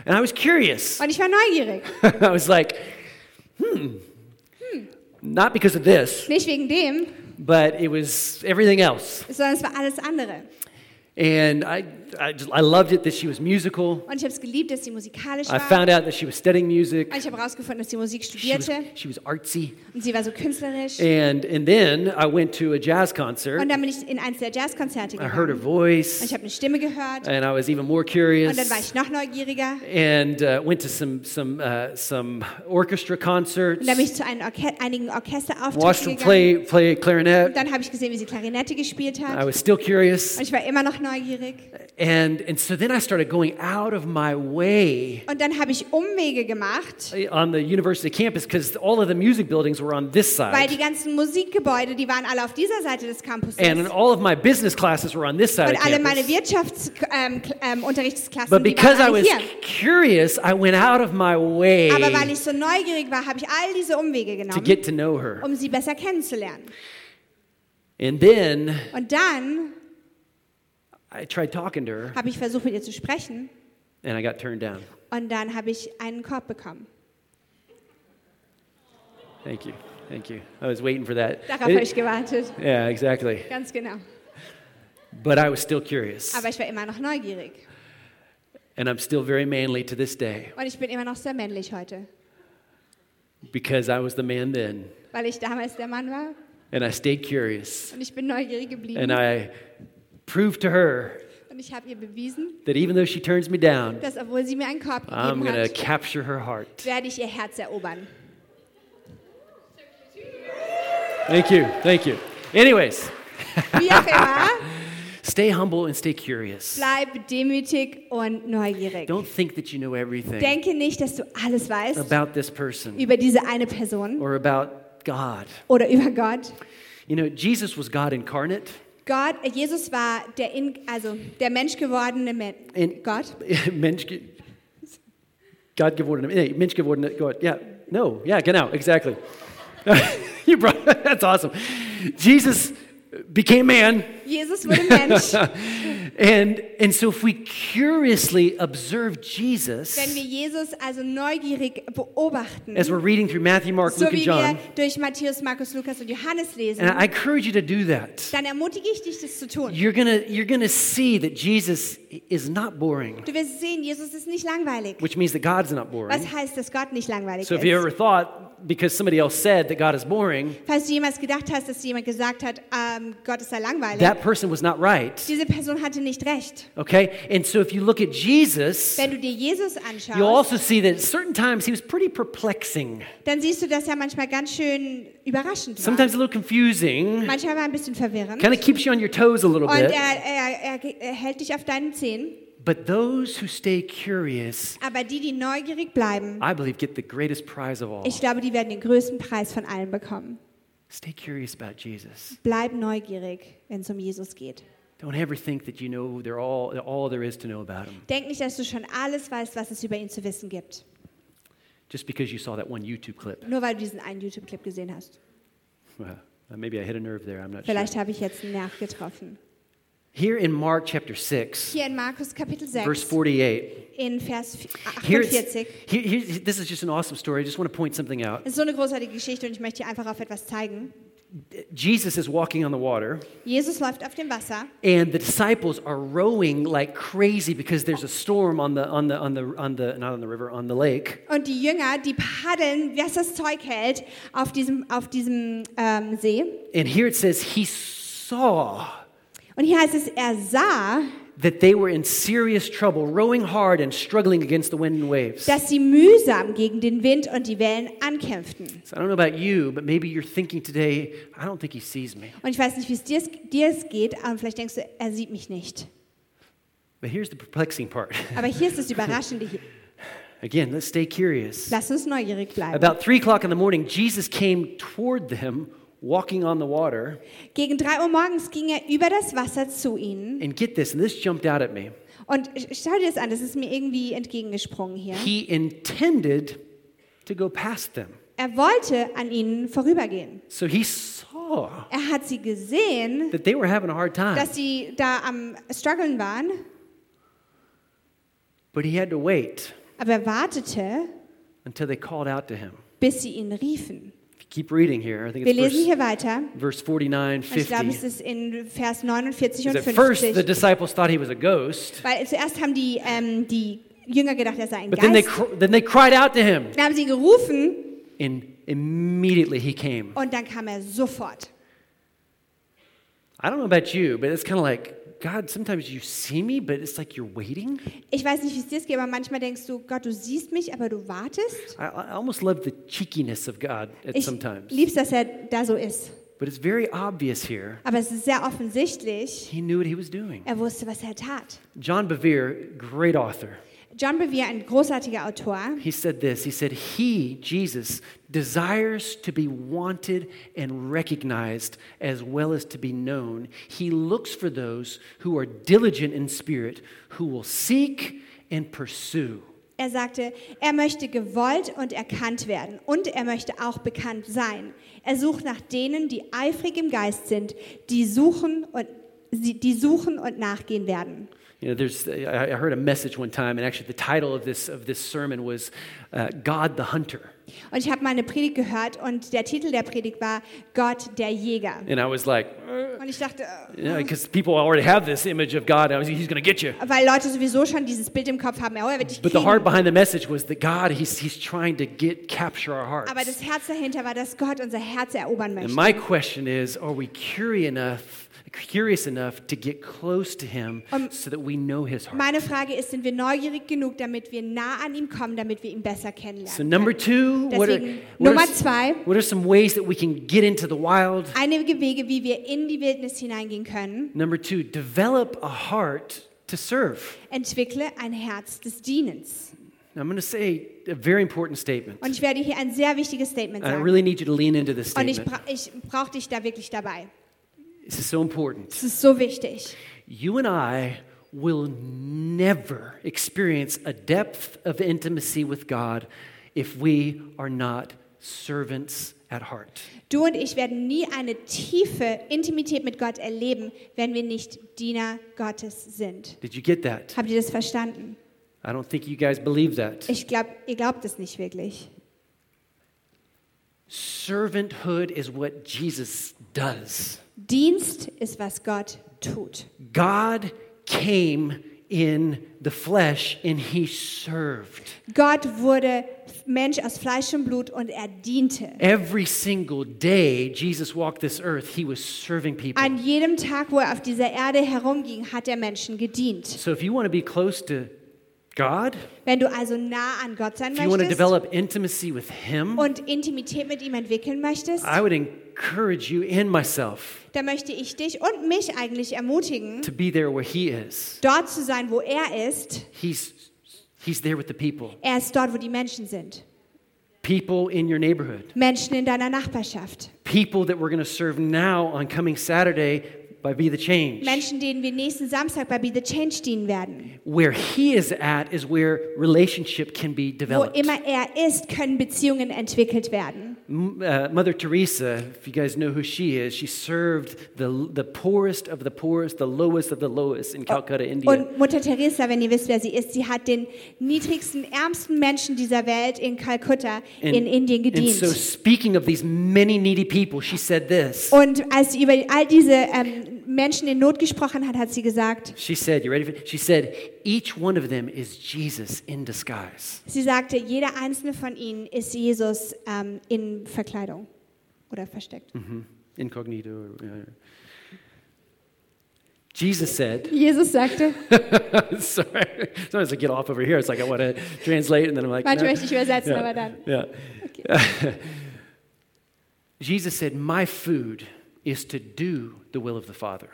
And I was curious.
Und ich war neugierig.
I was like, hmm, not because of this,
Nicht wegen dem,
but it was everything else.
sondern es war alles andere.
And I, I, just, I loved it that she was musical.
Und ich habe es geliebt, dass sie musikalisch
I
war.
found out that she was studying music.
und Also ich habe herausgefunden, dass sie Musik
She was,
studierte.
she was artsy.
Und sie war so künstlerisch.
And, and then I went to a jazz concert.
Und dann bin ich in eins der Jazzkonzerte
I heard her
gegangen. Und
voice,
ich habe eine Stimme gehört.
and I was even more
Und dann war
curious.
ich noch neugieriger.
And uh, went to some some uh, some orchestra concerts.
Und dann bin ich zu einem Orche einigen
Watched
Orchesterauftritten
them
gegangen.
play play
Und
clarinet.
dann habe ich gesehen, wie sie Klarinette gespielt
I
hat.
was still curious,
Und ich war immer noch neugierig.
and and so then I started going out of my way
Und dann habe ich Umwege gemacht,
on the university campus because all of the music buildings were on this
weil die
side,
ganzen Musikgebäude, die waren alle auf dieser Seite des Campuses.
and
Und
all of my business classes were on this side of
alle meine
campus.
Wirtschaftsunterrichtsklassen, ähm, Unterrichtsklassen,
But
die
because I
waren alle
was
hier.
curious, I went out of my way
Aber weil
to
ich so neugierig war, habe ich all diese Umwege genommen,
get to know her.
um sie besser kennenzulernen.
And then
Und dann
I tried talking to her
habe ich versucht, mit ihr zu sprechen
and I got turned down.
und dann habe ich einen Korb bekommen.
Thank you. Thank you. I was waiting for that.
Darauf habe ich gewartet.
yeah, exactly.
Ganz genau.
But I was still curious.
Aber ich war immer noch neugierig.
And I'm still very manly to this day
Und ich bin immer noch sehr männlich heute,
because I was the man then
weil ich damals der Mann war
and I stayed curious.
und ich bin neugierig geblieben.
And I proved to her
Und ich habe ihr bewiesen,
that even though she turns me down,
dass obwohl sie mir einen Korb
I'm
gegeben
going to
hat,
capture her heart.
werde ich ihr Herz erobern.
Thank you. Thank you. Anyways,
Wie auch immer,
stay humble and stay curious.
bleib demütig und neugierig.
Don't think that you know everything
Denke nicht, dass du alles weißt
about this person
über diese eine Person
or about God.
oder über Gott.
You know, Jesus was God incarnate.
Gott, äh, Jesus war der, in, also der Mensch gewordene Men
In-
Gott.
Mensch, ge- God geworden, nee, Mensch geworden, Gott. Yeah, no, yeah, genau, exactly. you brought, that's awesome. Jesus became man.
Jesus wurde Mensch.
and, and so if we curiously observe Jesus,
Wenn wir Jesus also neugierig beobachten,
as we're reading through Matthew, Mark,
so
Luke, and
wie wir
John,
durch Matthäus, Markus, Lukas und Johannes
and
lesen,
I encourage you to do that.
dann ermutige ich dich, das zu tun.
You're gonna, you're gonna see that Jesus is not boring,
Du wirst sehen, Jesus ist nicht langweilig.
which means that God's not boring.
Was heißt, dass Gott nicht langweilig
So if you
ist?
ever thought because somebody else said that God is boring,
Falls du jemals gedacht hast, dass jemand gesagt hat, ähm, Gott ist ja langweilig,
that person was not right.
diese Person hatte nicht recht.
Okay? And so if you look at Jesus,
Wenn du dir Jesus anschaust,
you'll also see that at certain times he was pretty perplexing,
dann siehst du, dass er manchmal ganz schön überraschend war.
sometimes a little confusing,
Manchmal war er ein bisschen verwirrend.
kind of keeps you on your toes a little
Und er,
bit.
er, er, er hält dich auf deinen Zehen.
But those who stay curious,
Aber die, die neugierig bleiben,
I believe, get the greatest prize of all.
ich glaube, die werden den größten Preis von allen bekommen.
Stay curious about Jesus.
Bleib neugierig, wenn es um Jesus geht.
Don't ever think that you know they're all, all there is to know about him.
Denk nicht, dass du schon alles weißt, was es über ihn zu wissen gibt.
just because you saw that one YouTube clip.
Nur weil du diesen einen YouTube-Clip gesehen hast.
Well, uh, maybe I hit a nerve there, I'm not
Vielleicht
sure.
habe ich jetzt einen Nerv getroffen.
Here in Mark chapter 6,
Hier in Markus Kapitel
verse
6,
48,
in Vers vi-
here, it's-
48.
here, here- this is just an awesome story. I just want to point something out.
Das ist so eine großartige Geschichte und ich möchte dir einfach auf etwas zeigen.
Jesus is walking on the water,
Jesus läuft auf dem Wasser
and the disciples are rowing like crazy because there's a storm on the, on the, on the, on the not on the river, on the lake.
und die Jünger, die paddeln, was das Zeug hält, auf diesem, auf diesem ähm, See.
And here it says, He saw
Und hier heißt es, er sah,
that they were in serious trouble, rowing hard and struggling against the wind and waves.
dass sie mühsam gegen den Wind und die Wellen ankämpften.
so I don't know about you, but maybe you're thinking today, I don't think He sees me.
Und ich weiß nicht, wie es dir, dir es geht, aber vielleicht denkst du, er sieht mich nicht.
But here's the perplexing part.
Aber hier ist das Überraschende. Hier.
Again, let's stay curious.
Lass uns neugierig bleiben.
About three o'clock in the morning, Jesus came toward them walking on the water.
Gegen drei Uhr morgens ging er über das Wasser zu ihnen.
And get this, and this jumped out at me.
Und schau dir das an, das ist mir irgendwie entgegengesprungen hier.
He intended to go past them.
Er wollte an ihnen vorübergehen.
So he saw
Er hat sie gesehen,
that they were having a hard time,
dass sie da am struggeln waren,
but he had to wait
aber er wartete,
until they called out to him.
bis sie ihn riefen.
If you keep reading here, I think
Wir lesen
it's
hier weiter.
verse, verse 49,
Und ich glaube,
50.
es ist in Vers 49 und
Because At first, the
50.
disciples thought he was a ghost,
Weil zuerst haben die, ähm, die Jünger gedacht, er sei ein
but then they,
Geist.
cr- then they cried out to him,
Dann haben sie gerufen
and immediately he came.
und dann kam er sofort.
I don't know about you, but it's kind of like, God, sometimes you see me, but it's like you're waiting.
Ich weiß nicht, wie es dir geht, aber manchmal denkst du, Gott, du siehst mich, aber du wartest.
I, I almost love the cheekiness of God at
Ich
sometimes.
lieb's, dass er da so ist.
But it's very obvious here.
Aber es ist sehr offensichtlich,
He knew what he was doing.
er wusste, was er tat.
John Bevere, great author,
John Bevere, ein großartiger Autor,
he said this. He said, He, Jesus, desires to be wanted and recognized as well as to be known. He looks for those who are diligent in spirit, who will seek and pursue.
Er sagte, er möchte gewollt und erkannt werden und er möchte auch bekannt sein. Er sucht nach denen, die eifrig im Geist sind, die suchen und, sie- die suchen und nachgehen werden.
You know, there's, I I heard a message one time, and actually the title of this, of this sermon was uh, God the Hunter.
Und ich habe mal eine Predigt gehört und der Titel der Predigt war Gott der Jäger.
And I was like,
Und ich dachte, äh,
because people already have this image of God, I was, he's going to get you.
weil Leute sowieso schon dieses Bild im Kopf haben, ja, oh, er wird dich
But the
kriegen.
heart behind the message was that God, he's, he's trying to get capture our
Aber
hearts.
das Herz dahinter war, dass Gott unser Herz erobern
And
möchte.
my question is, are we curious enough, curious enough to get close to him so that we know his heart?
Meine Frage ist, sind wir neugierig genug, damit wir nah an ihm kommen, damit wir ihn besser
So
kennenlernen?
number two, what are,
Deswegen,
what, are,
Nummer
s-
zwei,
what are some ways that we can get into the wild?
einige Wege, wie wir in die Wildnis hineingehen können,
Number two, develop a heart to serve.
entwickle ein Herz des Dienens.
Now, I'm going to say a very important statement.
Und ich werde hier ein sehr wichtiges Statement
And I
sagen.
really need you to lean into this
Und ich,
statement.
bra ich brauche dich da wirklich dabei.
This is so important.
Es ist so wichtig.
You and I will never experience a depth of intimacy with God if we are not servants at heart.
Du und ich werden nie eine tiefe Intimität mit Gott erleben, wenn wir nicht Diener Gottes sind.
Did you get that?
Habt ihr das verstanden?
I don't think you guys believe that.
Ich glaube, ihr glaubt es nicht wirklich.
Servanthood is what Jesus does.
Dienst ist, was Gott tut.
God came in the flesh and he served.
Gott wurde Mensch aus Fleisch und Blut und er diente.
Every single day Jesus walked this earth, he was serving people.
An jedem Tag, wo er auf dieser Erde herumging, hat er Menschen gedient.
So if you want to be close to God,
Wenn du also nah an Gott sein
If you want to
möchtest
develop intimacy with Him,
und Intimität mit ihm entwickeln möchtest,
I would encourage you and myself
dann möchte ich dich und mich eigentlich ermutigen,
to be there where He is.
dort zu sein, wo er ist.
He's, he's there with the people,
Er ist dort, wo die Menschen sind.
people in your neighborhood,
Menschen in deiner Nachbarschaft.
people that we're going to serve now on coming Saturday by Be the Change.
Menschen, denen wir nächsten Samstag bei Be the Change dienen werden.
Where He is at is where relationship can be
Wo
developed.
immer er ist, können Beziehungen entwickelt werden.
M- uh, Mother Teresa, if you guys know who she is, she served the, the poorest of the poorest, the lowest of the lowest in Calcutta, India.
Und Mutter Teresa, wenn ihr wisst, wer sie ist, sie hat den niedrigsten, ärmsten Menschen dieser Welt in Kalkutta in Indien
and so,
gedient.
speaking of these many needy people, she said this.
Und als sie über all diese ähm, Menschen in Not gesprochen hat, hat sie gesagt,
She said, You ready for She said, Each one of them is Jesus in disguise.
sie sagte, jeder einzelne von ihnen ist Jesus ähm, in Verkleidung oder versteckt.
hmm Incognito. Or, uh, Jesus said,
Jesus sagte,
Sorry, sometimes I get off over here. It's like I want to translate, and then I'm like,
manche
"No."
möchte ich übersetzen,
Yeah,
aber dann.
yeah. Jesus said, My food is to do the will of the Father.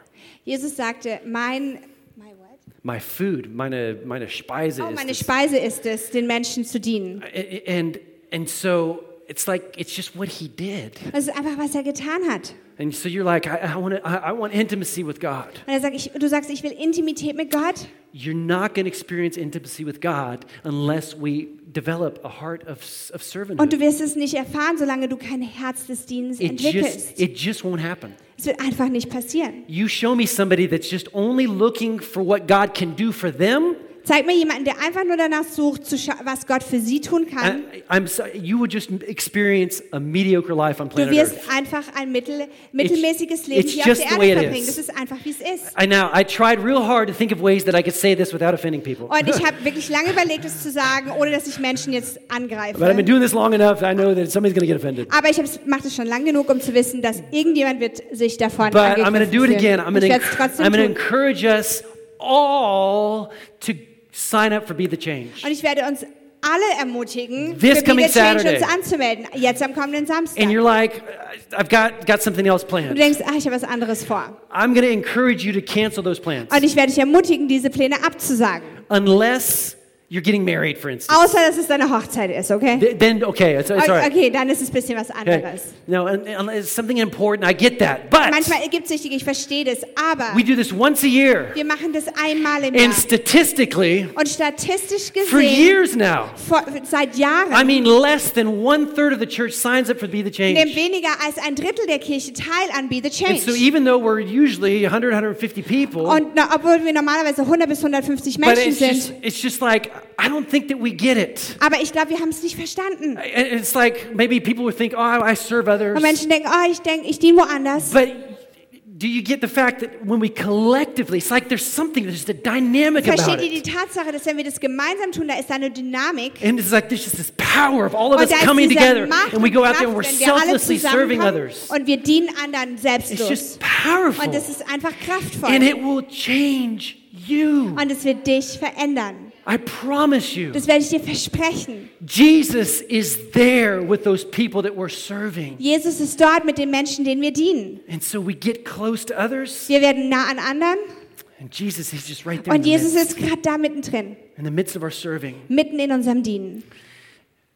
Jesus sagte, mein, my what?
My food, meine, meine Speise
Oh,
ist
meine
das
Speise ist es, den Menschen zu dienen.
and and so it's like it's just what he did
Das ist einfach, was er getan hat.
and so you're like i, I want I, I want intimacy with god
Und er sagt, ich, du sagst, ich will Intimität mit Gott.
you're not going to experience intimacy with god unless we develop a heart of, s- of
Und du
servanthood
wirst es nicht erfahren, solange du kein Herz des Dienstes
it just
entwickelst.
it just won't happen
Es wird einfach nicht passieren.
you show me somebody that's just only looking for what god can do for them
Zeig mir jemanden, der einfach nur danach sucht, zu scha- was Gott für sie tun kann.
I, am so, you would just experience a mediocre life on
Du
planet
wirst
earth
einfach ein mittel, mittelmäßiges Leben
it's
hier auf
just
der
the way it
Erde verbringen.
is.
Das ist einfach, wie es ist.
I now I tried real hard to think of ways that I could say this without offending people.
Und ich habe wirklich lange überlegt, es zu sagen, ohne dass ich Menschen jetzt angreife.
But I've been doing this long enough, I know that somebody's going to get offended.
Aber ich mache es schon lang genug, um zu wissen, dass irgendjemand wird sich davon
But I'm going to
angegriffen
do it again.
fühlen.
I'm
Ich
going
werde es
to
trotzdem tun.
encourage us all to sign up for Be the Change.
Und ich werde uns alle ermutigen,
This
für Be
coming
the Change
Saturday.
uns anzumelden. Jetzt am kommenden Samstag.
And
Und
you're like, I've got, got something else
du
planned.
denkst, ah, ich habe was anderes vor.
I'm going to encourage you to cancel those plans
Und ich werde dich ermutigen, diese Pläne abzusagen.
unless you're getting married, for instance.
Außer, dass es deine Hochzeit ist, okay?
Th- Then, okay, it's, it's all
Okay,
right.
okay, dann ist es ein bisschen was
Okay.
anderes.
No, and, and it's something important. I get that. But
Manchmal gibt es Süchtige, ich verstehe das, aber
we do this once a year.
wir machen das einmal
And
im Jahr.
statistically,
Und statistisch
for
gesehen,
years now,
vor, seit Jahren,
I mean, less than one third of the church signs up for Be the
nimmt
Change.
weniger als ein Drittel der Kirche teil an Be the
And so,
Change.
even though we're usually 100, 150 people,
Und na, obwohl wir normalerweise 100 bis 150
but
Menschen
it's just,
sind.
it's just like, I don't think that we get it.
Aber ich glaube, wir haben es nicht verstanden.
And It's like maybe people would think, oh, I serve others.
Und Menschen denken, oh, ich denke, ich diene woanders.
But do you get the fact that when we collectively, it's like there's something, there's a dynamic about
Versteht ihr die
it.
Tatsache, dass wenn wir das gemeinsam tun, da ist da eine Dynamik.
And it's like there's just this power of all of
Und
us
da ist
coming
diese
together.
Macht
And we go out there and
Kraft,
we're
wenn wir alle
selflessly serving
zusammenkommen
others.
Und wir dienen anderen
It's
selbstlos.
just powerful.
Und das ist einfach kraftvoll.
And it will change you.
Und es wird dich verändern.
I promise you.
Das werde ich dir versprechen.
Jesus is there with those people that we're serving.
Jesus ist dort mit den Menschen, denen wir dienen.
And so we get close to others.
Wir werden nah an anderen.
And Jesus is just right there in
Und
the,
Jesus
midst,
ist gerade da mittendrin,
in the midst of our serving.
mitten in unserem Dienen.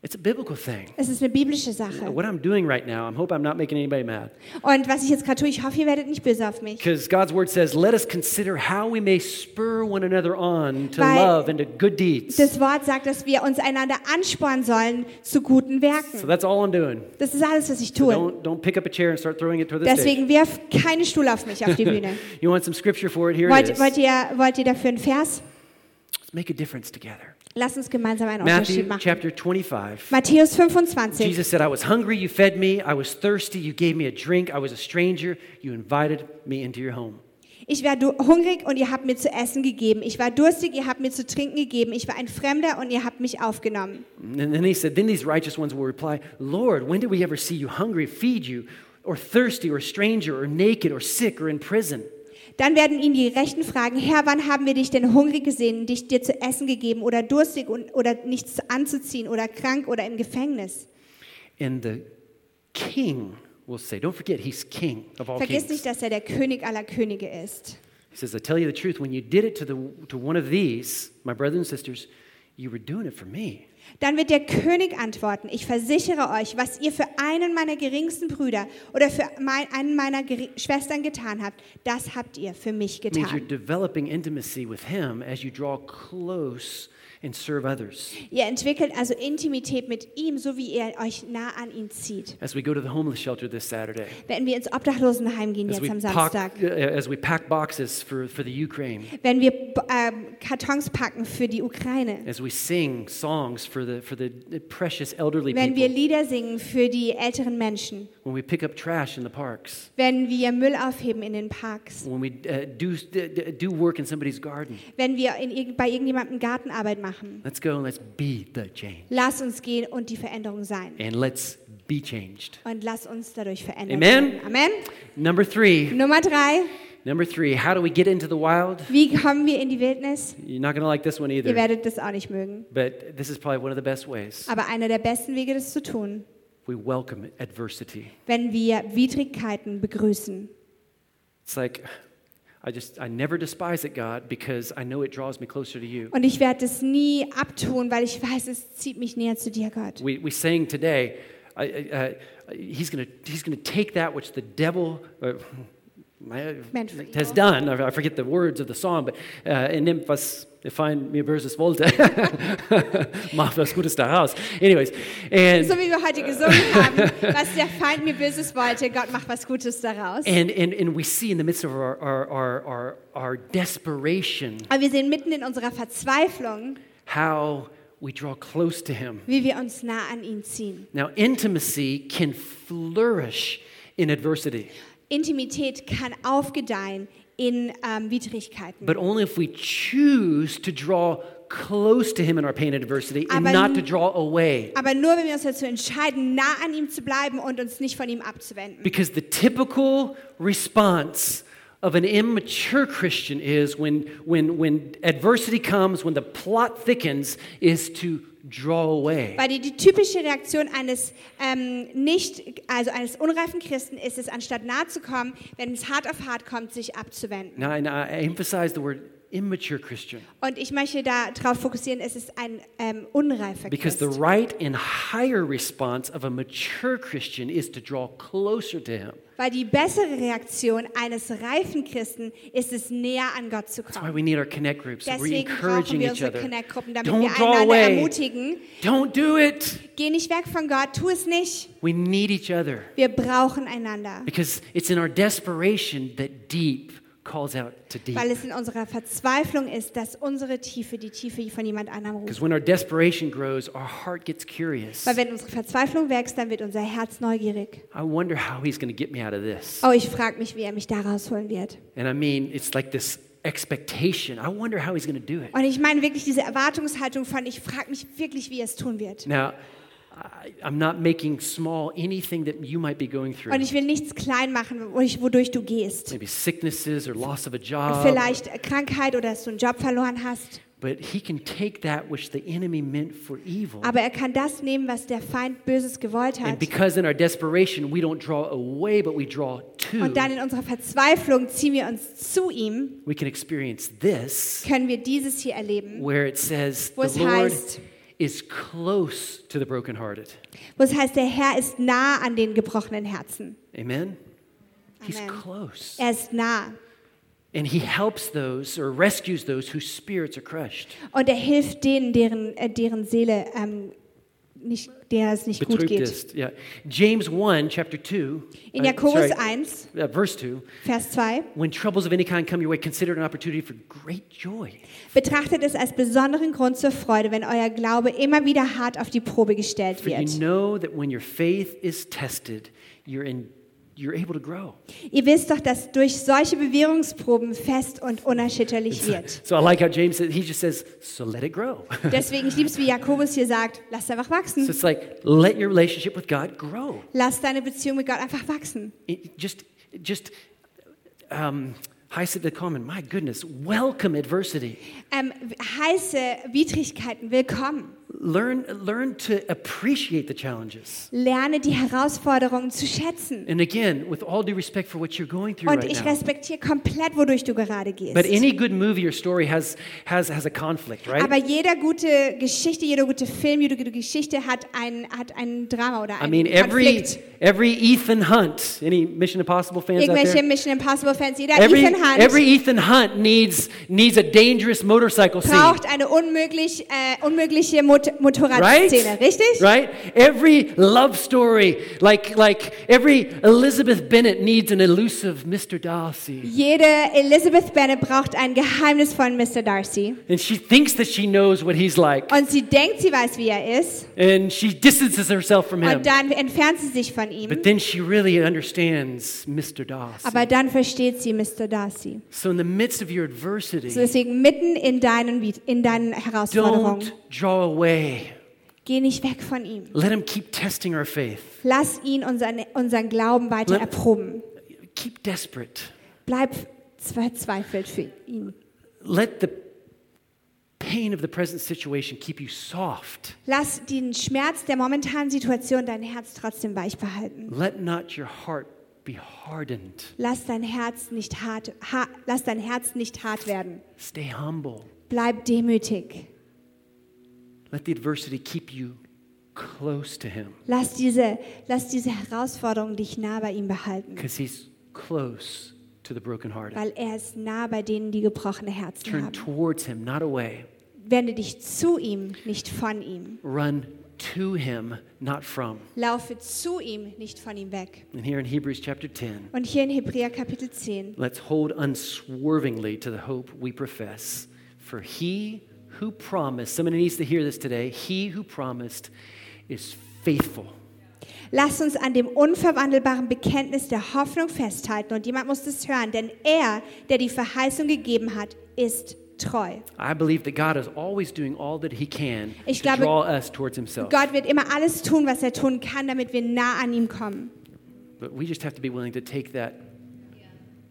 It's a biblical thing.
Es ist eine biblische Sache.
What I'm doing right now, I hope I'm not making anybody mad.
Und was ich jetzt gerade tue, ich hoffe, ihr werdet nicht böse auf mich.
Because God's word says, let us consider how we may spur one another on to
Weil-
love and to good deeds. So
Das Wort sagt, dass wir uns einander anspornen sollen zu guten Werken.
that's all I'm doing.
Das ist alles, was ich
So
tue.
don't, don't pick up a chair and start throwing it toward the stage.
Deswegen wirf keinen Stuhl auf mich auf die Bühne.
You want some scripture for it? Here it
Wollt,
is.
wollt, ihr, wollt ihr dafür einen Vers?
Let's make a difference together.
Lass uns gemeinsam einen
Matthew
Unterschied machen.
chapter 25.
Matthäus 25.
Jesus said, I was hungry, you fed me. I was thirsty, you gave me a drink. I was a stranger, you invited me into your home.
Ich war du- hungrig und ihr habt mir zu essen gegeben. Ich war durstig, ihr habt mir zu trinken gegeben. Ich war ein Fremder und ihr habt mich aufgenommen.
And then he said, Then these righteous ones will reply, Lord, when did we ever see you hungry, feed you, or thirsty, or a stranger, or naked, or sick, or in prison?
Dann werden ihn die Rechten fragen, Herr, wann haben wir dich denn hungrig gesehen, dich dir zu essen gegeben oder durstig und, oder nichts anzuziehen oder krank oder im Gefängnis?
And the king will say, Don't forget, he's king of all
Vergiss
kings.
nicht, dass er der König aller Könige ist.
He says, I tell you the truth, when you did it to, the, to one of these, my brothers and sisters, you were doing it for me.
Dann wird der König antworten, ich versichere euch, was ihr für einen meiner geringsten Brüder oder für mein, einen meiner geri- Schwestern getan habt, das habt ihr für mich
It means you're
getan.
developing intimacy with him as you draw close and serve others.
Ihr entwickelt also Intimität mit ihm, so wie ihr euch nah an ihn zieht.
As we go to the homeless shelter this Saturday,
Wenn wir ins Obdachlosenheim gehen
as
jetzt
we,
am
pack,
Samstag,
uh, as we pack boxes for, for the Ukraine.
wenn wir b- ähm, Kartons packen für die Ukraine,
As we sing songs for the, for the precious elderly
wenn wir
people,
Lieder singen für die älteren Menschen,
when we pick up trash in the parks,
wenn wir Müll aufheben in den Parks,
when we uh, do, d- d- do work in somebody's garden,
wenn wir in, irg- bei irgendjemandem Gartenarbeit machen.
let's go and let's be the change.
Lass uns gehen und die Veränderung sein.
And let's be changed.
Und lass uns dadurch verändern.
Amen.
werden. Amen.
Number three.
Nummer drei.
Number three. How do we get into the wild?
Wie kommen wir in die Wildnis?
You're not going to like this one
Ihr
either.
werdet das auch nicht mögen.
But this is probably one of the best ways.
Aber einer der besten Wege, das zu tun,
We welcome adversity.
wenn wir Widrigkeiten begrüßen.
It's like, I just, I never despise it, God, because I know it draws me closer to you.
Und ich werde es nie abtun, weil ich weiß, es zieht mich näher zu dir, Gott.
We, we sang today, I, I, I, he's going to he's gonna take that which the devil uh, my,
Meant for
has
evil.
done. I, I forget the words of the song, but uh, in dem, was find mir böses wollte, mach was Gutes daraus. Anyways,
So
and,
wie wir heute gesungen haben, was der Feind mir Böses wollte, Gott macht was Gutes daraus.
and, and, and we see in the midst of our, our, our, our, our desperation
Aber wir sehen mitten in unserer Verzweiflung,
how we draw close to him.
wie wir uns nah an ihn ziehen.
Now, intimacy can flourish in adversity,
Intimität kann aufgedeihen in ähm, Widrigkeiten.
but only if we choose to draw close to Him in our pain and adversity and
Aber
not
n-
to draw away.
Aber nur wenn wir uns dazu entscheiden, nah an ihm zu bleiben und uns nicht von ihm abzuwenden.
Because the typical response of an immature Christian is when, when, when adversity comes, when the plot thickens, is to draw away.
Weil die, die typische Reaktion eines ähm, nicht, also eines unreifen Christen ist es, anstatt nahe zu kommen, wenn es hart auf hart kommt, sich abzuwenden.
Now, and I emphasize the word immature Christian
Und ich möchte darauf fokussieren, es ist ein ähm, unreifer
because
Christ.
the right and higher response of a mature Christian is to draw closer to Him.
Weil die bessere Reaktion eines reifen Christen ist es, näher an Gott zu
That's why
kommen.
we need our connect groups. so We're
Deswegen brauchen
encouraging
wir
each
unsere
other.
Connect-Gruppen, damit
Don't
wir
draw
einander
away.
ermutigen.
Don't do it.
Geh nicht weg von Gott, tu es nicht.
We need each other
Wir brauchen einander,
because it's in our desperation that deep calls out to deep.
weil es in unserer Verzweiflung ist, dass unsere Tiefe die Tiefe von jemand anderem ruft.
Because when our desperation grows, our heart gets curious.
Weil wenn unsere Verzweiflung wächst, dann wird unser Herz neugierig.
I wonder how he's going to get me out of this.
Oh, ich frage mich, wie er mich da rausholen wird.
And I mean, it's like this expectation. I wonder how he's going to do it.
Und ich meine wirklich diese Erwartungshaltung von, ich frage mich wirklich, wie er es tun wird.
Now, I, I'm not making small anything that you might be going through.
Und ich will nichts klein machen, wodurch wodurch du gehst.
Maybe sicknesses or loss of a job.
Vielleicht Krankheit oder dass du einen Job verloren hast.
But he can take that which the enemy meant for evil.
Aber er kann das nehmen, was der Feind Böses gewollt
And
hat.
because in our desperation, we don't draw away, but we draw
Und dann
to,
in unserer Verzweiflung ziehen wir uns zu ihm,
we can experience this
können wir dieses hier erleben,
where it says,
Wo
the
es
Lord
heißt-
is close to the brokenhearted.
wo es heißt, der Herr ist nah an den gebrochenen Herzen.
Amen? He's
Amen.
close.
Er ist nah
And he helps those or rescues those whose spirits are crushed.
und er hilft denen, deren, äh, deren Seele ähm, nicht, der es nicht gut
Betrübt
geht.
ist. Yeah. James 1, chapter 2.
In
uh,
Jakobus
sorry,
1,
uh, verse 2.
Vers 2,
When troubles of any kind come your way, consider it an opportunity for great joy.
betrachtet es als besonderen Grund zur Freude, wenn euer Glaube immer wieder hart auf die Probe gestellt
For you
wird.
know that when your faith is tested, you're, in, you're able to grow.
Ihr wisst doch, dass durch solche Bewährungsproben fest und unerschütterlich
So,
wird.
so I like how James says, he just says, so let it grow.
Deswegen, ich liebe es, wie Jakobus hier sagt, lasst einfach
so
wachsen.
it's like, let your relationship with God grow.
Lass deine Beziehung mit Gott einfach wachsen.
It- just, just, um, Heißet willkommen. My goodness, welcome adversity.
Ähm, heiße Widrigkeiten willkommen.
Learn, learn to appreciate the challenges.
Lerne die Herausforderungen zu schätzen.
And again, with all due respect for what you're going through
Und
right
ich
now.
respektiere komplett, wodurch du gerade gehst.
But any good movie or story has, has, has a conflict, right?
Aber jeder gute Geschichte, jeder gute Film, jede gute Geschichte hat ein, hat ein Drama oder
I
einen
mean, every,
Konflikt.
every Ethan Hunt, any Mission Impossible fans out
Irgendwelche
there?
Mission Impossible Fans, jeder
Every,
Ethan Hunt
every Ethan Hunt needs, needs a dangerous motorcycle scene.
braucht eine unmöglich, äh, unmögliche Mot Motorradszene,
right?
richtig?
Right? Every love story, like like every Elizabeth Bennett needs an elusive Mr. Darcy,
Jede Elizabeth Bennet braucht ein Geheimnis von Mr. Darcy.
and she thinks that she knows what he's like,
Und sie denkt, sie weiß, wie er ist.
and she distances herself from him.
Und dann entfernt sie sich von ihm.
But then she really understands Mr. Darcy.
Aber dann versteht sie Mr. Darcy.
So in the midst of your
So
adversity,
deswegen mitten in deinen, Wi- in deinen Herausforderungen.
don't draw away.
Geh nicht weg von ihm.
Let him keep testing our faith.
Lass ihn unseren, unseren Glauben weiter
Let-
erproben.
Keep desperate.
Bleib verzweifelt für ihn.
Let the pain of the present situation keep you soft.
Lass den Schmerz der momentanen Situation dein Herz trotzdem weich behalten.
Let not your heart be hardened.
Lass dein Herz nicht hart, ha, lass dein Herz nicht hart werden.
Stay humble.
Bleib demütig.
Let the adversity keep you close to Him
Lass diese, lass diese Herausforderung dich nah bei ihm behalten,
because He's close to the brokenhearted.
weil er ist nah bei denen, die gebrochene Herzen
Turn
haben.
towards Him, not away.
Wende dich zu ihm, nicht von ihm.
Run to Him, not from.
Laufe zu ihm, nicht von ihm weg.
And here in Hebrews chapter 10,
Und hier in Hebräer Kapitel 10.
let's hold unswervingly to the hope we profess. For He who promised, somebody needs to hear this today, He who promised is faithful.
Lasst uns an dem unverwandelbaren Bekenntnis der Hoffnung festhalten. Und jemand muss das hören, denn er, der die Verheißung gegeben hat, ist treu.
I believe that God is always doing all that He can
Ich
to
glaube,
draw us towards Himself.
Gott wird immer alles tun, was er tun kann, damit wir nah an ihm kommen.
But we just have to be willing to take that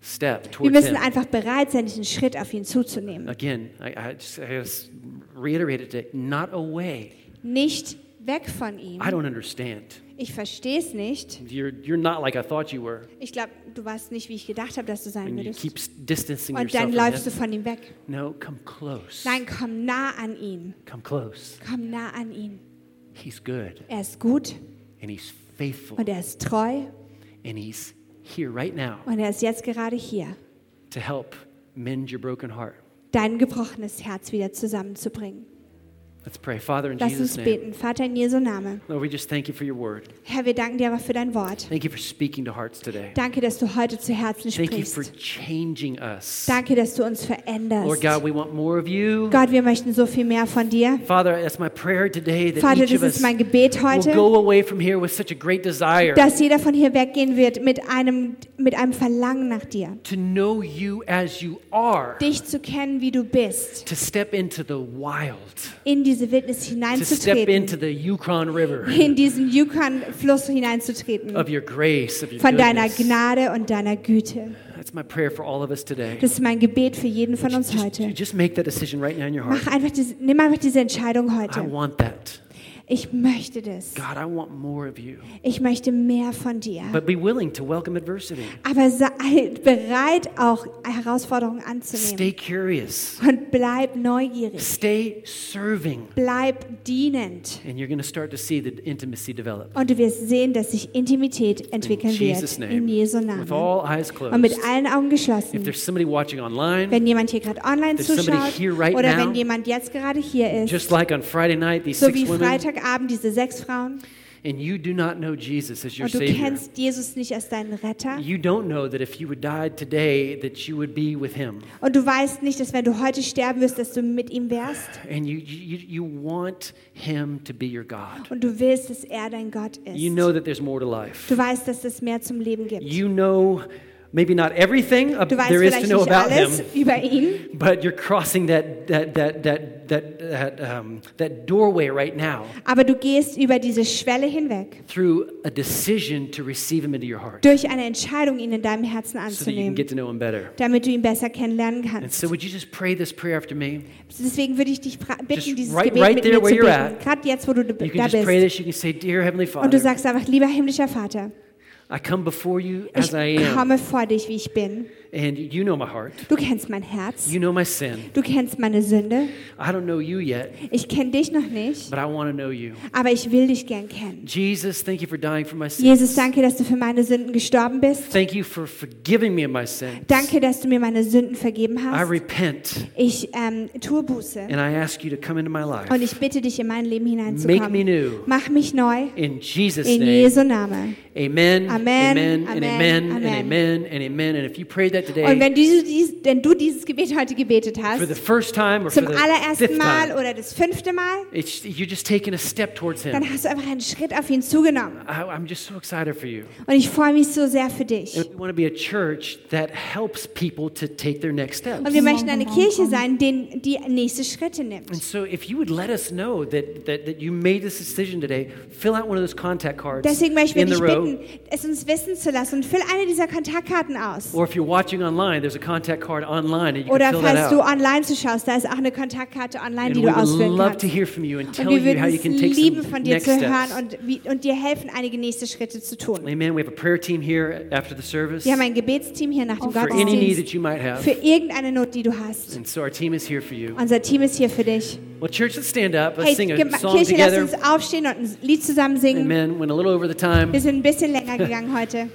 step
Wir
towards
müssen
Him.
einfach bereit sein, diesen Schritt auf ihn
Äh.
zuzunehmen.
Again, I, I just I just reiterate it today, not away.
Nicht weg von ihm.
I don't understand.
Ich verstehe es nicht.
You're, you're not like I thought you were.
Ich glaube, du weißt nicht, wie ich gedacht habe, dass du sein
And you
würdest.
keep s- distancing
Und
yourself.
dann
from
läufst du
him.
von ihm weg.
No, come close.
Nein, komm nah an ihn.
Come close.
Komm nah an ihn.
He's good
Er ist gut
and he's faithful
und er ist treu
and he's here right now
und er ist jetzt gerade hier,
to help mend your broken heart.
dein gebrochenes Herz wieder zusammenzubringen.
Let's pray. Father, in
Lass
Jesus'
uns
name.
beten. Vater in Jesu Name.
Lord, we just thank you for your word.
Herr, wir danken dir aber für dein Wort.
Thank you for speaking to hearts today.
Danke, dass du heute zu Herzen
Thank you for
sprichst.
changing us.
Danke, dass du uns veränderst.
Lord God, we want more of you.
Gott, wir möchten so viel mehr von dir.
Father, that's my prayer today that
Vater,
each
das
of
ist
us
mein Gebet
will
heute,
go away from here with such a great desire
dass jeder von hier weggehen wird mit einem, mit einem Verlangen nach dir.
to know you as you are,
Dich zu kennen, wie du bist.
to step into the wild,
In diese Wildnis
to step into
hineinzutreten.
the Yukon River
In diesen Yukon-Fluss hineinzutreten.
of your grace, of your
Von deiner
goodness.
Gnade und deiner Güte.
That's my prayer for all of us today.
Das ist mein Gebet für jeden von uns
Just,
heute.
just make that decision right now in your heart.
Mach einfach diese, nimm einfach diese Entscheidung
I
heute.
want that.
Ich möchte das.
God, I want more of you.
Ich möchte mehr von dir.
But be willing to welcome adversity.
Aber sei bereit, auch Herausforderungen anzunehmen.
Stay curious.
Und bleib neugierig.
Stay serving.
Bleib dienend.
And you're going to start to see the intimacy develop.
Und du wirst sehen, dass sich Intimität
In
entwickeln
Jesus'
wird. In
name.
Jesu
With
Namen.
all eyes closed.
Und mit allen Augen
If
geschlossen.
there's somebody watching online,
Wenn jemand hier gerade online
There's somebody
zuschaut
here right
oder
now.
wenn jemand jetzt gerade hier ist,
just like on Friday night, these
so
six
wie
women,
Freitagabend diese sechs Frauen,
and you do not know Jesus as your
und du
Savior,
kennst Jesus nicht als deinen Retter
you don't know that if you would die today, that you would be with Him.
und du weißt nicht, dass wenn du heute sterben wirst, dass du mit ihm wärst
And you, you, you want Him to be your God.
und du willst, dass er dein Gott ist.
You know that there's more to life.
Du weißt, dass es mehr zum Leben gibt.
You know maybe not everything ab-
Du weißt
there is to
vielleicht
know
nicht
about
alles
Him.
über ihn,
But you're crossing that that that that that that, um, that doorway right now
aber du gehst über diese Schwelle hinweg
through a decision to receive him into your heart,
durch eine Entscheidung, ihn in deinem Herzen
so that you can get
anzunehmen,
to know him better.
damit du ihn besser kennenlernen
And
kannst.
so, would you just pray this prayer after me?
Deswegen würde ich dich fra- bitten,
Just
dieses
right-
Gebet
right
mit
there
mir zu
where you're
beten.
at.
Gerade jetzt, wo du
You
da
can just pray
bist.
this. You can say, "Dear Heavenly
Und du
Father,
sagst einfach, lieber himmlischer Vater,
I come before you
ich
as I am,
komme vor dich, wie ich bin.
and you know my heart.
Du kennst mein Herz.
You know my sin.
Du kennst meine Sünde.
I don't know you yet,
Ich kenne dich noch nicht,
but I want to know you.
aber ich will dich gern kennen.
Jesus, thank you for dying for my sins.
Jesus, danke, dass du für meine Sünden gestorben bist.
Thank you for forgiving me of my sins.
Danke, dass du mir meine Sünden vergeben
I
hast.
repent,
Ich ähm, tue Buße
and I ask you to come into my life.
und ich bitte dich, in mein Leben
Make me
hineinzukommen.
new.
Mach mich neu
In Jesus'
in
name.
Jesu Name.
Amen. Amen.
Amen,
And
amen,
amen. And
amen.
amen. And amen. And if you prayed that
Und
today
wenn du, dies, wenn du dieses Gebet heute gebetet
for the
hast,
first time or for
zum
the
allerersten
fifth
Mal
time,
oder das fünfte Mal,
it's, you're just taking a step towards Him.
dann hast du einfach einen Schritt auf ihn zugenommen.
I, I'm just so excited for you.
Und ich freue mich so sehr für dich.
And we want to be a church that helps people to take their next steps.
Und wir möchten eine Kirche sein, den, die nächste Schritte nimmt.
And so, if you would let us know that, that, that you made this decision today, fill out one of those contact cards
Deswegen möchten wir
in the
dich
row.
bitten, es uns wissen zu lassen und füll eine dieser Kontaktkarten aus.
Or if you're watching online, there's a contact card online and you
Oder
can fill that
falls du
out.
online zuschaust, da ist auch eine Kontaktkarte online,
And
die
we
du
would
ausfüllen
love to
kannst.
hear from you and
Und
tell
wir
you
würden
how you
es
can take some
lieben, von dir
next
zu
steps.
hören und, wie, und dir helfen, einige nächste Schritte zu tun.
Amen. We have a prayer team here after the service
Wir haben ein Gebetsteam hier nach dem
for any need
Gottesdienst
that you might have.
für irgendeine Not, die du hast.
And so our team is here for you.
Unser Team ist hier für dich.
Well, church, let's stand up. Let's
Hey,
sing
Gema-
a song
Kirche, lass
together.
uns aufstehen und ein Lied zusammen singen.
Amen. Went a little over the time.
Wir sind ein bisschen länger gegangen heute.